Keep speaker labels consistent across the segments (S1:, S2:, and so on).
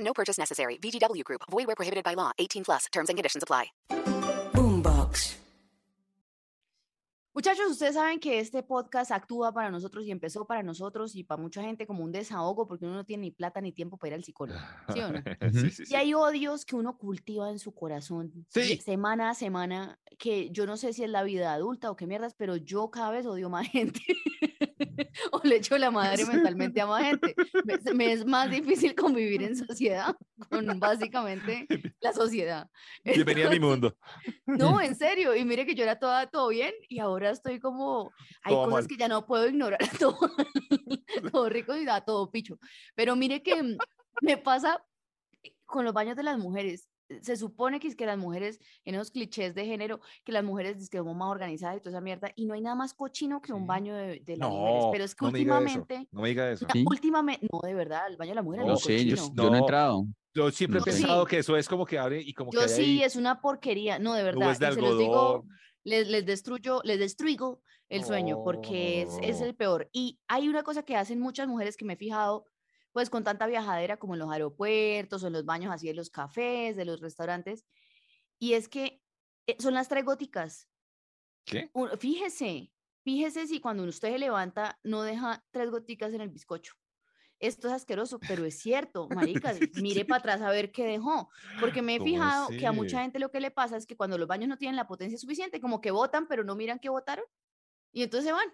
S1: No purchase necessary. VGW Group. Void where prohibited by law. 18 plus. Terms and conditions apply.
S2: Boombox.
S3: Muchachos, ustedes saben que este podcast actúa para nosotros y empezó para nosotros y para mucha gente como un desahogo porque uno no tiene ni plata ni tiempo para ir al psicólogo. ¿sí o no?
S4: Sí, Ah, sí,
S3: Y hay odios que uno cultiva en su corazón
S4: Sí.
S3: semana a semana que yo no sé si es la vida adulta o qué mierdas, pero yo cada vez odio más gente. o le echo la madre mentalmente a más gente. Me, se me es más difícil convivir en sociedad con básicamente la sociedad.
S4: Bienvenida a mi mundo.
S3: No, en serio. Y mire que yo era toda todo bien y ahora estoy como, hay
S4: Toda
S3: cosas
S4: mal.
S3: que ya no puedo ignorar, todo, todo rico y da todo picho. Pero mire que mm, me pasa con los baños de las mujeres. Se supone que es que las mujeres, en esos clichés de género, que las mujeres dizque somos más organizadas y toda esa mierda, y no hay nada más cochino que un
S4: Sí.
S3: baño de, de las mujeres.
S4: No,
S3: Pero es que
S4: no me diga eso.
S3: últimamente,
S4: No me diga eso.
S5: Sí.
S3: últimamente, no, de verdad, el baño de las mujeres
S4: No
S5: No
S3: es
S5: sé, yo,
S3: cochino.
S5: yo
S4: no.
S5: no, he entrado.
S4: Yo siempre he
S5: No sé.
S4: pensado que eso es como que abre y como
S3: Yo
S4: que hay
S3: sí,
S4: ahí
S3: es una porquería, no, de verdad.
S4: nubes de
S3: y se los digo,
S4: algodón.
S3: les, les destruyo, les destruigo el sueño porque es, es el peor. Y hay una cosa que hacen muchas mujeres que me he fijado, pues con tanta viajadera como en los aeropuertos o en los baños así de los cafés, de los restaurantes, y es que eh, son las tres góticas.
S4: ¿Qué?
S3: Un- Fíjese, fíjese si cuando usted se levanta no deja tres goticas en el bizcocho. Esto es asqueroso, pero es cierto, maricas, mire para atrás a ver qué dejó, porque me he
S4: ¿Cómo
S3: fijado que a mucha
S4: así?
S3: gente lo que le pasa es que cuando los baños no tienen la potencia suficiente, como que votan, pero no miran que votaron, y entonces se van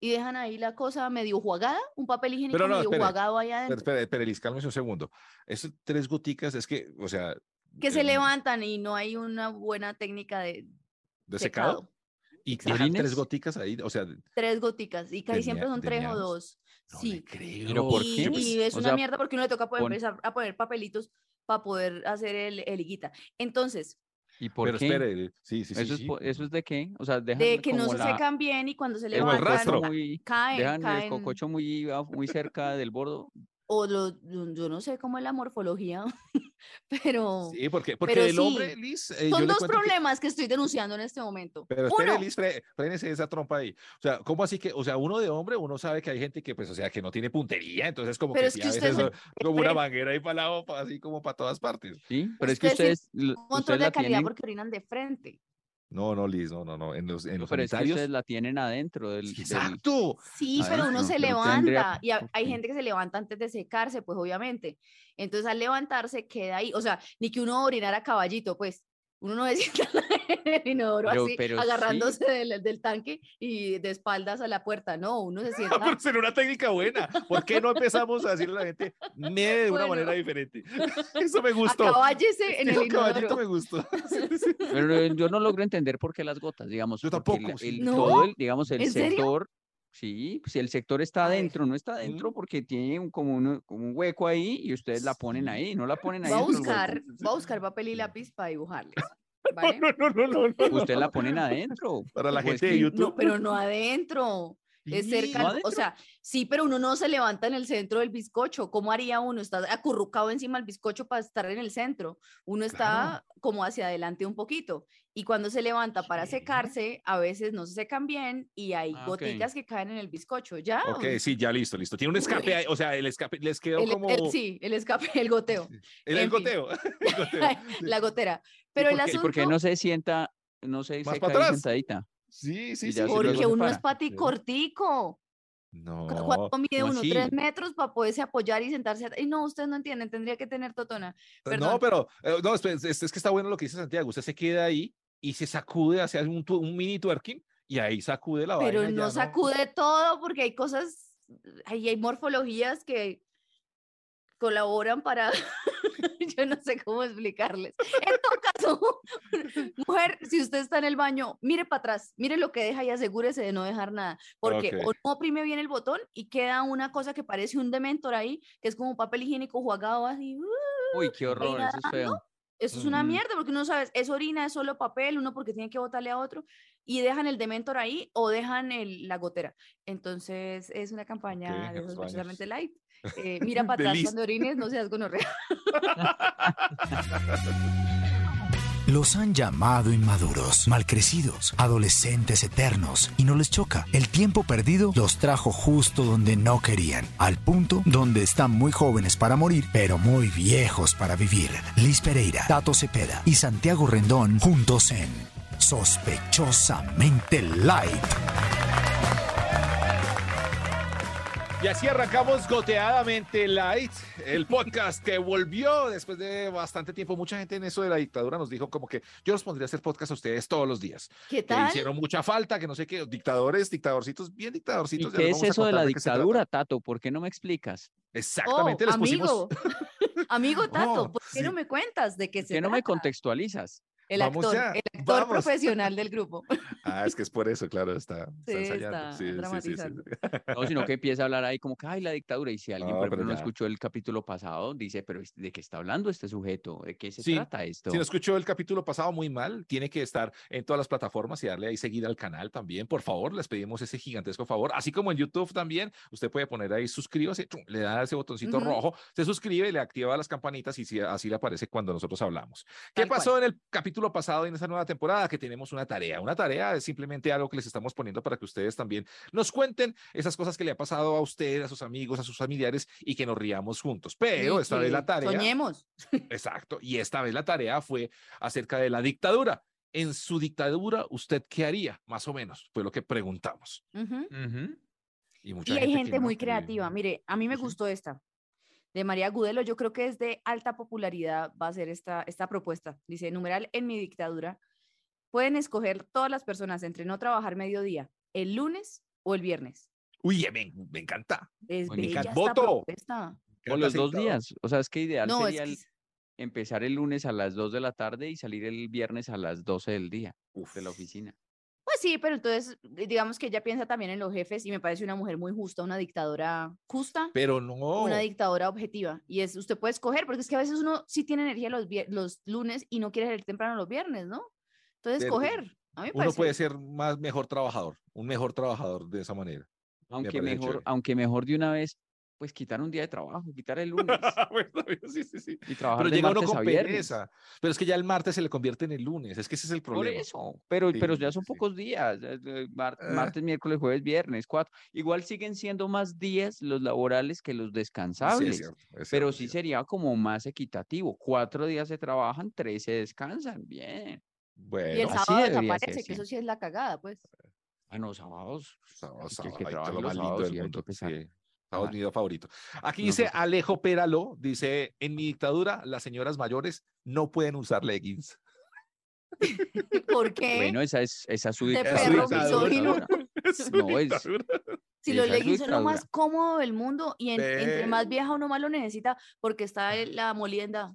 S3: y dejan ahí la cosa medio jugada, un papel higiénico
S4: no,
S3: medio
S4: espere,
S3: jugado ahí
S4: Pero
S3: adentro,
S4: espera, espera, Liz, cálmese un segundo. Esas tres goticas es que, o sea.
S3: que se
S4: em,
S3: levantan y no hay una buena técnica de
S4: De secado. Y dejan tres
S5: ¿Orines?
S4: goticas ahí, o sea.
S3: tres goticas, y casi
S4: ¿De
S3: siempre
S4: mia-
S3: son
S4: de
S3: tres o
S4: miados?
S3: dos.
S4: No
S3: sí,
S4: me creo.
S5: Pero ¿por
S3: y,
S5: qué?
S4: Pues,
S3: y es
S5: o
S3: una
S5: sea,
S3: mierda porque uno le toca poder
S5: pon-
S3: empezar a poner papelitos para poder hacer el, el higuita. Entonces,
S5: ¿Y por
S4: pero
S5: qué?
S4: espere, sí, sí, sí.
S5: ¿Eso,
S4: sí.
S5: es, po- ¿Eso es de qué? O sea, dejan
S3: de que no
S5: Ah,
S3: se
S5: como la-
S3: secan bien y cuando se
S5: el
S4: Como el
S3: levantan,
S4: rastro.
S5: cococho muy-
S3: caen,
S5: dejan el
S3: caen.
S5: cococho muy, a- muy cerca del bordo.
S3: O lo- yo yo no sé cómo es la morfología, pero
S4: Sí, porque, porque
S3: pero
S4: el
S3: sí.
S4: hombre, Liz. eh, yo
S3: son
S4: le
S3: dos
S4: cuento que-
S3: problemas que... estoy denunciando en este momento.
S4: Pero espere,
S3: Uno,
S4: Liz, fre- frénese esa trompa ahí. O sea, ¿cómo así que, o sea, uno de hombre, uno sabe que hay gente que, pues, o sea, que no tiene puntería, entonces como
S3: Pero
S4: que
S3: es
S4: sí,
S3: que
S4: a
S3: usted
S4: veces
S3: es un
S4: son como una
S3: experto.
S4: manguera ahí para lado, pa- así como para todas partes.
S5: Sí, pero es que
S3: Ustedes
S5: ustedes. l-
S3: control
S5: ustedes
S3: de
S5: la
S3: calidad
S5: tienen,
S3: porque orinan de frente.
S4: No, no, Liz, no, no, no. En los, en
S5: no,
S4: los
S5: pero es que
S4: sanitarios.
S5: ustedes la tienen adentro del. del-
S4: Exacto.
S3: Sí, pero uno
S5: Adentro,
S3: se
S5: pero tendría-
S3: levanta y ha- hay
S5: ok.
S3: gente que se levanta antes de secarse, pues obviamente. Entonces al levantarse queda ahí, o sea, ni que uno orinara a caballito, pues uno no se sienta en el inodoro
S5: Pero-
S3: así,
S5: pero sí.
S3: agarrándose del, del tanque y de espaldas a la puerta, no, uno se
S4: Ah,
S3: sienta.
S4: pero será una técnica buena. ¿Por qué no empezamos a decirle a la gente "Mee", de una
S3: Bueno.
S4: manera diferente? Eso me gustó.
S3: Acabállese en
S4: Eso,
S3: el
S4: caballito
S3: inodoro.
S4: me gustó.
S5: Pero eh, yo no logro entender por qué las gotas, digamos.
S4: Yo
S5: porque la-
S4: tampoco, sí.
S5: el-
S3: ¿No?
S5: Todo el, digamos, el
S3: ¿En serio?
S5: sector. Sí, pues, si el sector está
S3: A ver.
S5: adentro, no está
S4: Mm.
S5: adentro porque tiene un, como, un, como un hueco ahí y ustedes la ponen
S4: Sí.
S5: ahí, no la ponen ahí.
S3: Va a
S5: entre el hueco.
S3: buscar, va a buscar papel y lápiz para dibujarles. ¿vale?
S4: No, no, no, no, no, no.
S5: Ustedes la ponen adentro.
S4: Para la
S5: pues
S4: gente de
S5: que-
S4: YouTube.
S3: No, pero no adentro. Es
S4: Sí,
S3: cerca,
S5: ¿no
S3: o sea, sí, pero uno no se levanta en el centro del bizcocho. ¿Cómo haría uno? Está acurrucado encima del bizcocho para estar en el centro. Uno está
S4: Claro.
S3: como hacia adelante un poquito. Y cuando se levanta para
S4: Sí.
S3: secarse, a veces no se secan bien y hay
S5: Ah, ok.
S3: goticas que caen en el bizcocho. Ya.
S4: Ok, sí, ya listo, listo. Tiene un escape, ahí, o sea, el escape les quedó
S3: El- el-
S4: como
S3: sí, el escape, el goteo,
S4: el,
S3: en fin.
S4: el goteo. el goteo.
S3: la gotera. Pero el
S5: ¿Por qué-
S3: asunto
S5: ¿Por qué no se sienta, no se
S4: Más
S5: seca
S4: pa'
S5: ahí
S4: atrás.
S5: sentadita?
S4: Sí, sí,
S5: Y
S4: sí.
S5: ya se
S4: porque
S5: luego
S3: porque
S5: se
S3: uno
S5: para.
S3: es pati cortico.
S4: No.
S3: Cu- ¿Cuánto mide
S5: ¿cómo
S3: uno?
S5: así?
S3: Tres metros para poderse apoyar y sentarse. at- Y no, ustedes no entienden, tendría que tener totona. Perdón.
S4: No, pero eh, no, es, es- es que está bueno lo que dice Santiago. Usted se queda ahí y se sacude hacia un, tu- un mini twerking y ahí sacude la vaina.
S3: Pero
S4: y ya
S3: no sacude todo porque hay cosas, ahí hay morfologías que colaboran para, yo no sé cómo explicarles. En todo caso, mujer, si usted está en el baño, mire para atrás, mire lo que deja y asegúrese de no dejar nada, porque
S4: Ok.
S3: o no oprime bien el botón y queda una cosa que parece un dementor ahí, que es como un papel higiénico jugado así, ¡uh!
S5: Uy, qué horror, eso es feo.
S3: Eso es una
S5: Ujú.
S3: mierda porque uno sabe, es orina, es solo papel, uno porque tiene que botarle a otro y dejan el dementor ahí o dejan el- la gotera. Entonces es una campaña
S4: Ok,
S3: de
S4: los
S3: esos
S4: baños.
S3: precisamente light. Eh, mira para
S4: De
S3: atrás
S4: listo.
S3: cuando orines, no seas gonorrea.
S6: Los han llamado inmaduros, malcrecidos, adolescentes eternos y no les choca. El tiempo perdido los trajo justo donde no querían, al punto donde están muy jóvenes para morir, pero muy viejos para vivir. Liz Pereira, Tato Cepeda y Santiago Rendón juntos en Sospechosamente Light.
S4: Y así arrancamos goteadamente Light, el podcast que volvió después de bastante tiempo. Mucha gente en eso de la dictadura nos dijo como que yo los pondría a hacer podcast a ustedes todos los días.
S3: ¿Qué
S4: Que
S3: tal?
S4: hicieron mucha falta, que no sé qué, dictadores, dictadorcitos, bien
S5: ¿Y
S4: dictadorcitos. ya
S5: qué
S4: les
S5: es
S4: vamos a
S5: eso de la
S4: contar qué se trata.
S5: dictadura, Tato? ¿Por qué no me explicas?
S4: Exactamente,
S3: Oh,
S4: les pusimos...
S3: amigo, amigo Tato,
S4: Oh,
S3: ¿por qué no
S4: sí.
S3: me cuentas de qué
S5: ¿Por
S3: se
S5: qué no me
S3: trata?
S5: contextualizas?
S3: El
S4: Vamos
S3: actor,
S4: ya,
S3: el actor
S4: vamos.
S3: profesional del grupo.
S4: Ah, es que es por eso, claro, está, está
S3: Sí,
S4: ensayando.
S3: está
S4: Sí, sí, sí, sí,
S3: dramatizando.
S4: sí.
S5: No, sino que empieza a hablar ahí como que, ay, la dictadura. Y si alguien,
S4: No,
S5: por
S4: pero
S5: ejemplo, no
S4: ya.
S5: escuchó el capítulo pasado, dice, pero ¿este- ¿de qué está hablando este sujeto? ¿De qué se
S4: Sí,
S5: trata esto?
S4: Si no escuchó el capítulo pasado muy mal, tiene que estar en todas las plataformas y darle ahí seguir al canal también. Por favor, les pedimos ese gigantesco favor. Así como en YouTube también, usted puede poner ahí suscríbase, tum, le da ese botoncito
S3: Ujú.
S4: rojo, se suscribe, le activa las campanitas y si- así le aparece cuando nosotros hablamos. ¿Qué
S3: Tal cual.
S4: pasó en el capítulo pasado y en esta nueva temporada? Que tenemos una tarea. Una tarea es simplemente algo que les estamos poniendo para que ustedes también nos cuenten esas cosas que le ha pasado a usted, a sus amigos, a sus familiares y que nos riamos juntos. Pero
S3: Y
S4: esta vez la
S3: que
S4: tarea.
S3: Soñemos.
S4: Exacto. Y esta vez la tarea fue acerca de la dictadura. En su dictadura, ¿usted qué haría? Más o menos, fue lo que preguntamos.
S3: Ujú.
S5: Ujú.
S4: Y,
S3: Y
S4: mucha
S3: hay
S4: que
S3: gente
S4: no,
S3: muy
S4: que-
S3: creativa. Mire, a mí me
S4: Ujú.
S3: gustó esta. De María Gudelo, yo creo que es de alta popularidad va a ser esta, esta propuesta. Dice, numeral en mi dictadura, pueden escoger todas las personas entre no trabajar mediodía, el lunes o el viernes.
S4: Uy, me, me encanta.
S3: Es
S5: Bueno,
S3: bella esta
S4: voto.
S3: propuesta.
S4: me
S5: O
S4: encanta
S5: los
S4: ese
S5: dos
S4: dictador.
S5: días. O sea, es que ideal
S3: No, es
S5: sería
S3: que
S5: el-
S3: es-
S5: empezar el lunes a las 2 de la tarde y salir el viernes a las 12 del día de la oficina.
S3: Pues sí, pero entonces eh, digamos que ella piensa también en los jefes y me parece una mujer muy justa, una dictadora justa.
S4: Pero no.
S5: Oh.
S3: una dictadora objetiva y es usted puede escoger porque es que a veces uno sí tiene energía los, vier- los lunes y no quiere salir temprano los viernes no entonces
S4: Pero
S3: escoger a mí me
S4: Uno
S3: parece
S4: puede ser más mejor trabajador, un mejor trabajador de esa manera.
S5: Aunque
S4: parece
S5: mejor,
S4: chévere.
S5: aunque mejor de una vez, pues quitar un día de trabajo, quitar el lunes
S4: Bueno, sí, sí, sí.
S5: y trabajar
S4: Pero
S5: de
S4: llega uno
S5: martes
S4: con
S5: a viernes.
S4: pereza. Pero es que ya el martes se le convierte en el lunes. Es que ese es el
S5: Por
S4: problema.
S5: eso, pero, pero
S4: Sí,
S5: ya
S4: sí,
S5: son
S4: sí.
S5: pocos días, eh, eh, mar-
S4: Ah.
S5: martes, miércoles, jueves, viernes, cuatro. Igual siguen siendo más días los laborales que los
S4: Sí,
S5: descansables,
S4: es cierto, es
S5: pero
S4: cierto, es
S5: sí
S4: cierto.
S5: sería como más equitativo. Cuatro días se trabajan, tres se descansan, bien.
S3: y el
S4: Bueno,
S5: así
S3: sábado
S5: debería ser
S3: desaparece que eso
S5: siempre.
S3: sí es la cagada pues
S5: Ah, no, sábados.
S4: Sábado,
S5: Así que el
S4: sábado,
S5: que
S4: ay,
S5: trabaje
S4: lo
S5: los
S4: más lindo
S5: sábados
S4: del
S5: sí hay que
S4: mundo. pues,
S5: empezar
S4: sí. Sábado es
S5: Ah.
S4: mi día favorito. Aquí
S5: No,
S4: dice
S5: pues,
S4: Alejo Peraló, dice, en mi dictadura las señoras mayores no pueden usar leggings.
S3: ¿por qué
S5: Bueno, esa es, esa es su
S3: De
S5: dictadura,
S4: perro
S5: esa es su
S4: misógino.
S5: dictadura.
S4: Es
S5: No,
S4: mi
S5: es-
S4: dictadura.
S3: si
S5: sí,
S3: los
S5: esa es
S3: leggings son lo más
S5: dictadura.
S3: cómodo del mundo y en- entre más
S4: Ve.
S3: vieja uno más lo necesita porque está
S5: Ah.
S3: el- la molienda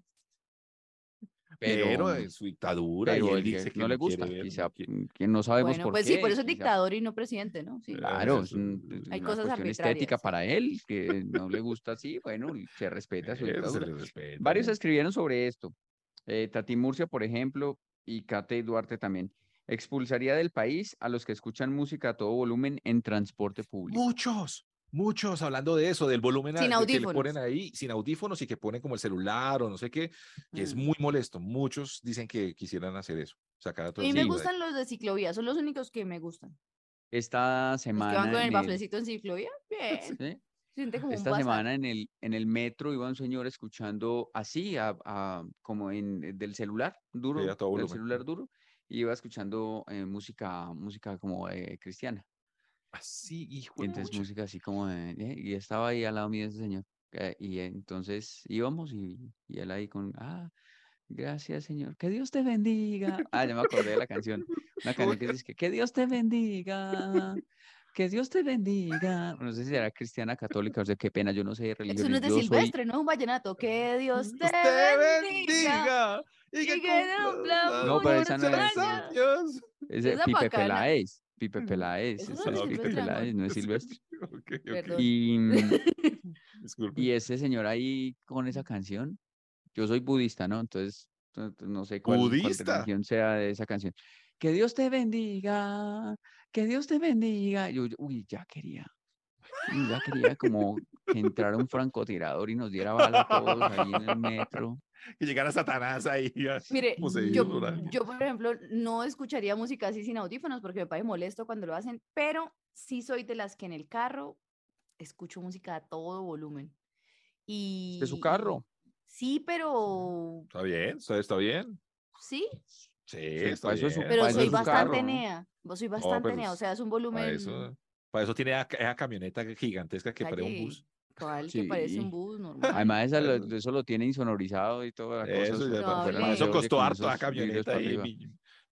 S4: Pero,
S5: Pero,
S4: en su dictadura y
S5: pero
S4: él
S5: el que
S4: dice que
S5: no le
S4: quiere
S5: gusta,
S4: ver, no
S5: quizá,
S4: quiere-
S5: mm, que no sabemos
S3: bueno
S5: por
S3: pues
S5: qué.
S3: sí por eso es
S5: quizá-
S3: dictador y no presidente no sí
S4: Eh,
S5: Claro, es
S4: eso-
S5: un-
S3: Hay
S5: una
S3: cosas
S5: cuestión estética
S3: arbitrarias.
S5: para él, que no le gusta así, bueno, se respeta su
S4: eh, se
S5: dictadura.
S4: le respeta,
S5: Varios
S4: ¿no?
S5: escribieron sobre esto. eh, Tati Murcia, por ejemplo, y Kate Duarte también. Expulsaría del país a los que escuchan música a todo volumen en transporte público.
S4: Muchos, muchos hablando de eso, del volumen a-
S3: Sin
S4: de que le
S3: audífonos.
S4: ponen ahí sin audífonos y que ponen como el celular o no sé qué, que es
S3: Mm.
S4: muy molesto. Muchos dicen que quisieran hacer eso, sacar a
S3: a
S4: todo
S5: pues
S3: mí
S4: el
S3: me
S4: mundo de ahí.
S3: gustan los de ciclovía son los únicos que me gustan
S5: Esta
S3: los
S5: semana.
S3: que van con
S5: en
S3: el
S5: el-
S3: baflecito en ciclovía bien
S5: ¿sí?
S3: se siente como un
S5: Esta
S3: bazar.
S5: semana en el, en el metro iba un señor escuchando así, a- a- como en, eh, del celular, duro,
S4: a todo
S5: del
S4: volumen.
S5: celular duro, y iba escuchando eh, música, música como eh, cristiana.
S4: Así, hijo
S5: Y
S4: de
S5: entonces
S4: pucha.
S5: música así como de, "Eh", y estaba ahí al lado mío ese señor. eh, y entonces íbamos y, y él ahí con, ah, gracias señor, que Dios te bendiga. Ah, ya me acordé de la canción. Una canción que dice que, "Que Dios te bendiga. Que Dios te bendiga. No sé si era cristiana católica, o sea, qué pena, yo no sé de
S3: Eso
S5: religión.
S3: no es de
S5: yo soy,
S3: Silvestre, ¿no? Un vallenato. Que
S5: Mm.
S3: Dios te,
S4: Usted
S3: bendiga.
S4: y
S3: y que
S4: cumpla
S3: cumpla
S4: los
S5: No, pero esa no
S4: muchos
S5: es, eh,
S4: años.
S5: es
S3: esa
S5: Pipe
S3: bacana.
S5: Peláez. Pipe Peláez.
S3: Eso
S5: es
S3: no es
S5: el Pipe
S3: silvestre, amor.
S5: Peláez, no es Silvestre.
S4: Ok, ok,
S3: Perdón.
S5: Y, mm,
S4: disculpe.
S5: y ese señor ahí con esa canción. Yo soy budista, ¿no? Entonces, no- no sé cuál, cuál
S4: Budista.
S5: religión sea de esa canción. Que Dios te bendiga, que Dios te bendiga. Yo, yo, uy, ya quería. uy, Ya quería como que entrara un francotirador y nos diera bala a todos ahí en el metro.
S4: Que llegara Satanás ahí. ah,
S3: Mire,
S4: poseído
S3: yo,
S4: por algo.
S3: yo, por ejemplo, no escucharía música así sin audífonos porque me parece molesto cuando lo hacen, pero sí soy de las que en el carro escucho música a todo volumen. Y,
S5: De su carro.
S3: Sí, pero
S4: Está bien, está, está bien.
S3: sí,
S4: Sí,
S5: pa'
S4: está
S5: eso
S4: bien.
S5: es un-
S3: pero
S5: para eso
S3: soy
S5: es un
S3: bastante este
S5: carro, ¿no?
S3: nea, soy bastante
S4: pero
S3: nea, o
S4: es-
S3: sea, es un
S4: Para
S3: volumen
S4: eso, para eso tiene esa ca- esa camioneta gigantesca que parece un bus.
S3: cabal, que parece
S5: Sí.
S3: un bus normal.
S5: Además, esa lo-
S4: Eso.
S5: eso lo tiene insonorizado y toda la cosa.
S4: Eso, ya
S3: No,
S4: para-
S3: le-
S4: para-
S3: se
S4: eso
S3: oye
S4: costó harto
S5: a
S4: la camioneta. ahí, mi-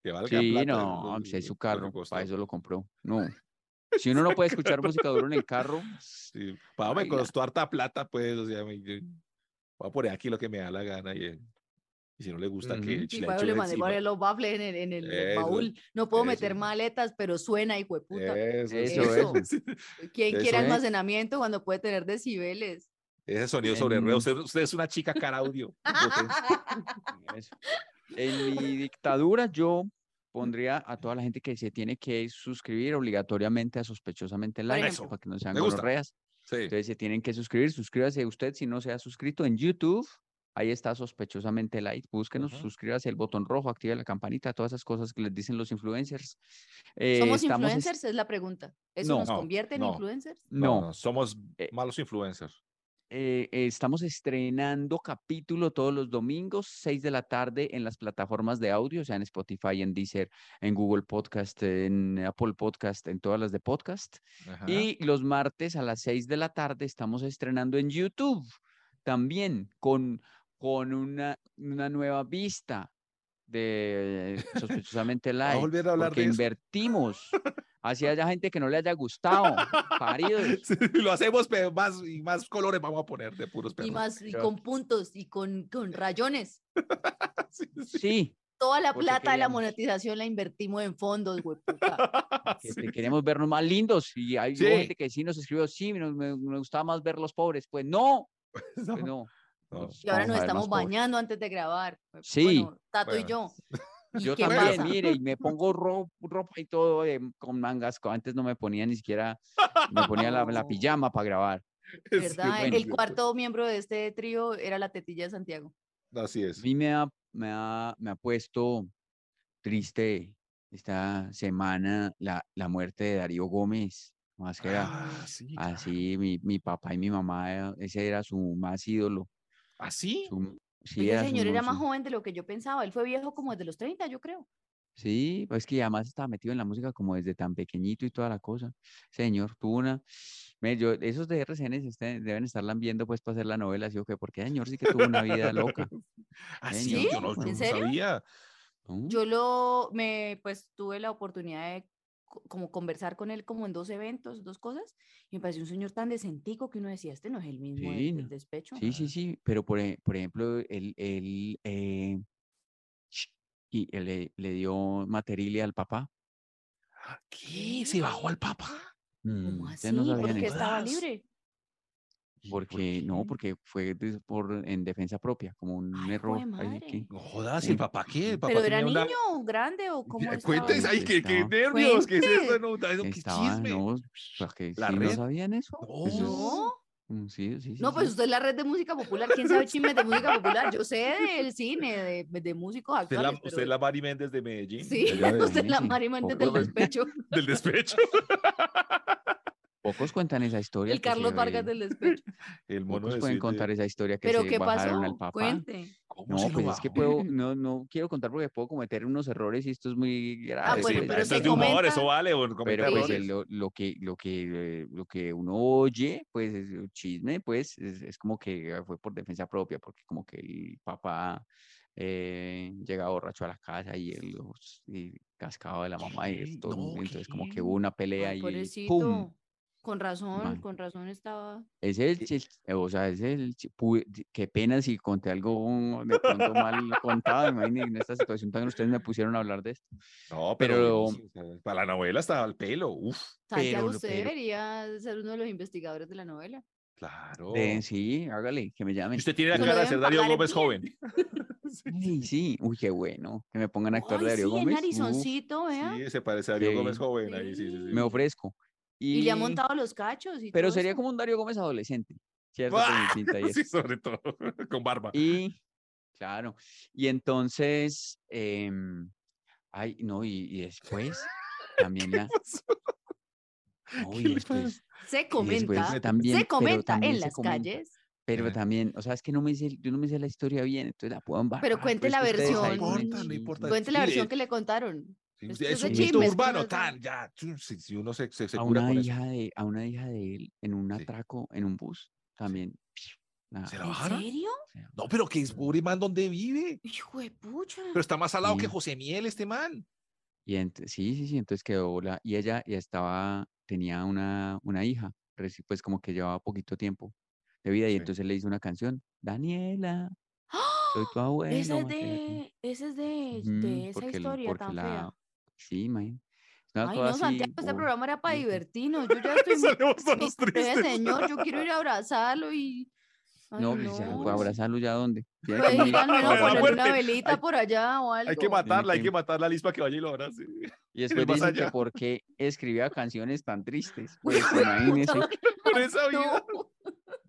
S4: que valga
S5: Sí,
S4: plata,
S5: no,
S4: lo-
S5: pues
S4: lo-
S5: es su
S4: lo que
S5: carro,
S4: costó.
S5: para eso lo compró. No. Si uno no puede escuchar música duro en el carro,
S4: Sí, pa, me
S5: Baila.
S4: costó harta plata, pues, o sea, me- yo- voy a poner aquí lo que me da la gana y, eh, y si no le gusta que
S5: Ujú.
S4: le
S3: Y
S4: eche
S3: Pablo le mandé
S4: encima.
S3: guardar los baffles en el, en el
S4: Eso,
S3: baúl. No puedo meter
S4: eso.
S3: maletas, pero suena, hijo de puta.
S4: Eso,
S5: Eso,
S4: eso.
S3: ¿Quién
S4: eso
S3: quiere
S5: es.
S3: almacenamiento cuando puede tener decibeles?
S4: Ese sonido sobre ruedas.
S5: En-
S4: Usted, usted es una chica cara audio.
S5: eso. en mi dictadura yo pondría a toda la gente que se tiene que suscribir obligatoriamente a sospechosamente live
S3: ejemplo.
S5: para que no sean
S4: Me gusta.
S5: gonorreas.
S4: Sí.
S5: Entonces se tienen que suscribir, suscríbase usted si no se ha suscrito en YouTube. Ahí está sospechosamente light. Búsquenos,
S4: Ajá.
S5: suscríbase el botón rojo, active la campanita, todas esas cosas que les dicen los influencers. Eh,
S3: ¿Somos
S5: estamos es-
S3: influencers? Es la pregunta. ¿Eso
S5: No,
S3: nos
S4: no,
S3: convierte en
S4: no.
S3: influencers?
S4: No,
S5: No,
S4: no, somos
S5: Eh,
S4: malos influencers.
S5: eh, eh, estamos estrenando capítulo todos los domingos, 6 de la tarde, en las plataformas de audio, o sea, en Spotify, en Deezer, en Google Podcast, en Apple Podcast, en todas las de podcast.
S4: Ajá.
S5: Y los martes a las 6 de la tarde estamos estrenando en YouTube también con, con una, una nueva vista de eh, sospechosamente
S4: Va a
S5: live.
S4: volver a hablar
S5: porque
S4: de eso.
S5: invertimos hacia haya gente que no le haya gustado, paridos.
S4: Sí, lo hacemos, pero más y más colores vamos a poner de
S5: Pues,
S4: puros perros.
S3: Y más, y
S5: Pero-
S3: con puntos, y con,
S5: Eh,
S3: con rayones.
S4: Sí, sí,
S5: Sí,
S3: Toda la
S5: Porque
S3: plata de la
S5: queríamos.
S3: monetización la invertimos en fondos, güey, puta.
S5: que
S4: sí.
S5: te- queremos vernos más lindos. Y hay hubo
S4: Sí.
S5: gente que sí nos escribió, sí, me, me- me gustaba más ver los pobres. Pues no,
S4: No,
S5: pues no.
S4: no.
S5: nos
S3: Y ahora nos
S5: vamos a ver más
S3: estamos
S5: pobres.
S3: bañando antes de grabar.
S5: Sí.
S3: Bueno, Tato y
S4: Bueno.
S3: yo. ¿Y
S5: Yo
S3: qué
S5: también,
S3: pasa?
S5: mire, y me pongo ro- ropa y todo eh, con mangas. co- Antes no me ponía ni siquiera, me ponía la, la
S3: No.
S5: pijama para grabar.
S4: Sí,
S3: ¿Verdad?
S5: bueno. pues.
S3: El cuarto miembro de este trío era la tetilla de Santiago.
S4: Así es.
S5: A mí me ha, me ha, me ha puesto triste esta semana la, la muerte de Darío Gómez. Más que era
S4: Ah, sí.
S5: así, mi, mi papá y mi mamá, eh, ese era su más ídolo.
S4: ¿Así?
S5: su- sí,
S3: Ese
S5: era su-
S3: pues, señor era
S5: su-
S3: más joven de lo que yo pensaba. Él fue viejo como desde los 30, yo creo.
S5: Sí, pues que además estaba metido en la música como desde tan pequeñito y toda la cosa. Señor, tuvo una. Ve, yo- esos de RCN se estén- este, deben estarla viendo pues para hacer la novela, ¿sí o qué? Porque señor sí que tuvo una vida loca.
S4: ¿Así? ¿Ah, Yo
S5: Señor,
S4: no, yo
S5: ¿en
S4: no
S3: serio?
S4: sabía.
S5: ¿no?
S3: Yo lo, me, pues tuve la oportunidad de co- como conversar con él como en dos eventos, dos cosas, y me pareció un señor tan decentico que uno decía, este no es el mismo del-
S5: Sí,
S3: del
S5: no.
S3: despecho.
S5: Sí, sí, sí, pero por, ej- por ejemplo, él, él, eh, ch- y él le, le dio material al papá.
S4: ¿Qué? ¿Se bajó al papá?
S5: Mm,
S3: ¿Cómo así?
S5: ustedes no sabían
S3: ¿Por qué
S5: eso.
S3: estaba
S4: eso.
S3: libre?
S4: ¿Y por
S5: Porque no,
S4: qué?
S5: porque fue des- por, en defensa propia, como un
S3: Ay,
S5: error.
S3: jue
S5: ahí que-
S3: madre.
S4: No jodas, ¿y el
S5: Sí.
S4: papá qué? El papá
S3: ¿Pero era
S4: tenía una-
S3: niño o grande o cómo
S4: Eh,
S3: estaba?
S4: Cuentes,
S5: ahí?
S4: ay, qué, qué
S5: Estaba-
S4: nervios, qué es eso,
S3: Cuente.
S4: no, ay, no, qué
S5: Estaba,
S4: chisme.
S5: no, pues, que
S4: La
S5: sí,
S4: red.
S5: no sabían eso. Eso es-
S3: No,
S5: Mm, Sí, sí, sí.
S3: no, pues
S5: sí.
S3: usted es la red de música popular. ¿Quién sabe chismes de música popular? Yo sé del cine, de, de músicos
S4: Usted es la,
S3: actuales.
S4: usted es
S3: pero-
S4: la Mari Méndez de Medellín.
S3: Sí,
S4: de allá de-
S3: usted es la
S5: Medellín.
S3: Mari Méndez del
S5: Poco-
S3: despecho,
S4: del despecho.
S5: Pocos cuentan esa historia.
S3: el
S5: que se
S3: Carlos Vargas
S5: ve-
S3: del despecho.
S4: El mono
S5: Pocos
S4: de
S5: pues, pueden
S4: Sid de-
S5: contar esa historia que
S3: ¿Pero
S5: se
S3: qué
S5: bajaron
S3: pasó?
S5: al papá.
S3: Cuente.
S4: ¿Cómo
S5: No,
S4: se lo
S5: pues es que
S4: bajó?
S5: puedo, no, no quiero contar porque puedo cometer unos errores y esto es muy grave.
S3: Ah,
S5: pues,
S3: bueno,
S4: Sí,
S3: pero
S4: esto
S3: se
S4: es de humor,
S3: comenta-
S4: eso vale. o comenta
S5: Pero pues
S3: Sí.
S5: eh,
S4: errores.
S5: lo, lo que lo que eh, lo que uno oye, pues es un chisme, pues es, es como que eh, fue por defensa propia, porque como que el papá eh, llega borracho a la casa y él los- y cascado de la mamá y
S4: ¿Qué?
S5: esto,
S4: No,
S5: entonces como
S4: ¿qué?
S5: que hubo una pelea
S3: Ay,
S5: y pum.
S3: pobrecito. Con razón,
S5: Man.
S3: con razón estaba.
S5: Ese Es el, chis- eh, o sea, ese es el, chi- pu- di- qué pena si conté algo de pronto mal contado, imagínense en esta situación tan ustedes me pusieron a hablar de esto.
S4: No, pero,
S5: pero-
S4: buenísimo, o sea, para la novela estaba al pelo. Uf,
S5: Pero
S3: Santiago,
S5: lo-
S3: usted
S5: pero-
S3: debería ser uno de los investigadores de la novela.
S4: Claro.
S5: De, sí, hágale, que me
S4: Y
S5: llamen.
S4: Usted tiene la
S3: Pero
S4: cara de
S3: deben
S4: ser Darío
S3: pagar
S4: Gómez
S3: bien.
S4: joven.
S5: Ay, sí, uy, qué bueno, que me pongan actor
S3: Ay,
S5: de Darío
S3: sí, el
S5: Gómez. uf,
S3: narizoncito, vea.
S4: Sí, se parece a Darío
S5: Sí.
S4: Gómez joven. Ahí, sí, sí, sí.
S5: me ofrezco.
S3: Y,
S5: Y,
S3: le ha montado los cachos y
S5: Pero
S3: todo
S5: sería
S3: eso. ¡Ah!
S5: como un Darío Gómez adolescente, ¿cierto?
S4: ¡Bah!
S5: Con mi pinta y eso.
S4: Sí, sobre todo, con barba.
S5: Y, claro, y entonces, em, ay, no, y, y después también la, no,
S4: ¿Qué
S5: y
S4: le
S5: después,
S3: Se
S5: y después
S3: comenta.
S5: también,
S3: se
S5: pero
S3: comenta en
S5: también se
S3: las
S5: comenta,
S3: calles.
S5: Pero
S4: Ajá.
S5: también, o sea, es que no me hice, yo no me hice la historia bien, entonces la puedo embarrar.
S3: cuente
S5: es
S3: la
S5: que ustedes ahí
S3: versión.
S5: ponen
S3: importa,
S5: chisme.
S4: Pues
S3: Cuente la versión que le contaron.
S4: Sí,
S3: Pues tú
S4: sí, es
S3: de
S4: un mito
S3: chismes,
S4: urbano,
S3: cosas
S4: tan, ya. chu, Si, si uno se, se, se
S5: A
S4: cura
S5: una
S4: con eso.
S5: hija de, a una hija de él en un
S4: Sí.
S5: atraco en un bus también. la-
S4: ¿Se la
S3: ¿En
S4: bajaron?
S3: serio?
S4: No, pero que es pobre man donde vive.
S3: Hijo de pucha.
S4: Pero está más al lado que
S5: Sí.
S4: José Miel este man.
S5: Y ent- sí, sí, sí, entonces quedó la, y ella ya estaba, tenía una, una hija, reci- pues como que llevaba poquito tiempo de vida, y
S4: Sí.
S5: entonces le hizo una canción, Daniela, soy tu abuelo. eh,
S3: Esa es
S5: mate de ti".
S3: de, esa es de,
S5: Ujú,
S3: de esa
S5: porque el-
S3: historia
S5: porque
S3: tan
S5: la-
S3: fea.
S5: Sí, imagínate. Es una
S3: Ay,
S5: cosa
S3: no, Santiago,
S5: así, oh,
S3: este
S5: uy,
S3: programa era para
S5: no sé.
S3: divertirnos. Yo ya estoy muy
S4: Salimos todos
S3: triste de ese
S4: tristes.
S3: Pues, señor, yo quiero ir a abrazarlo y. Ay,
S5: No, pues ya,
S3: no,
S5: para abrazarlo ya dónde. Tiene
S3: Pues
S5: que venir
S3: ir al
S5: para
S3: menos
S4: la
S3: ponerle
S5: abrazarlo.
S3: una
S4: muerte.
S3: velita
S4: Hay-
S3: por allá o algo.
S4: Hay que matarla, hay
S5: que-
S4: que matar la lispa que vaya y lo abrace.
S5: Y después
S4: más
S5: dicen que
S4: allá.
S5: por qué escribía canciones tan tristes. Pues imagínese,
S4: Con esa vida.
S3: No,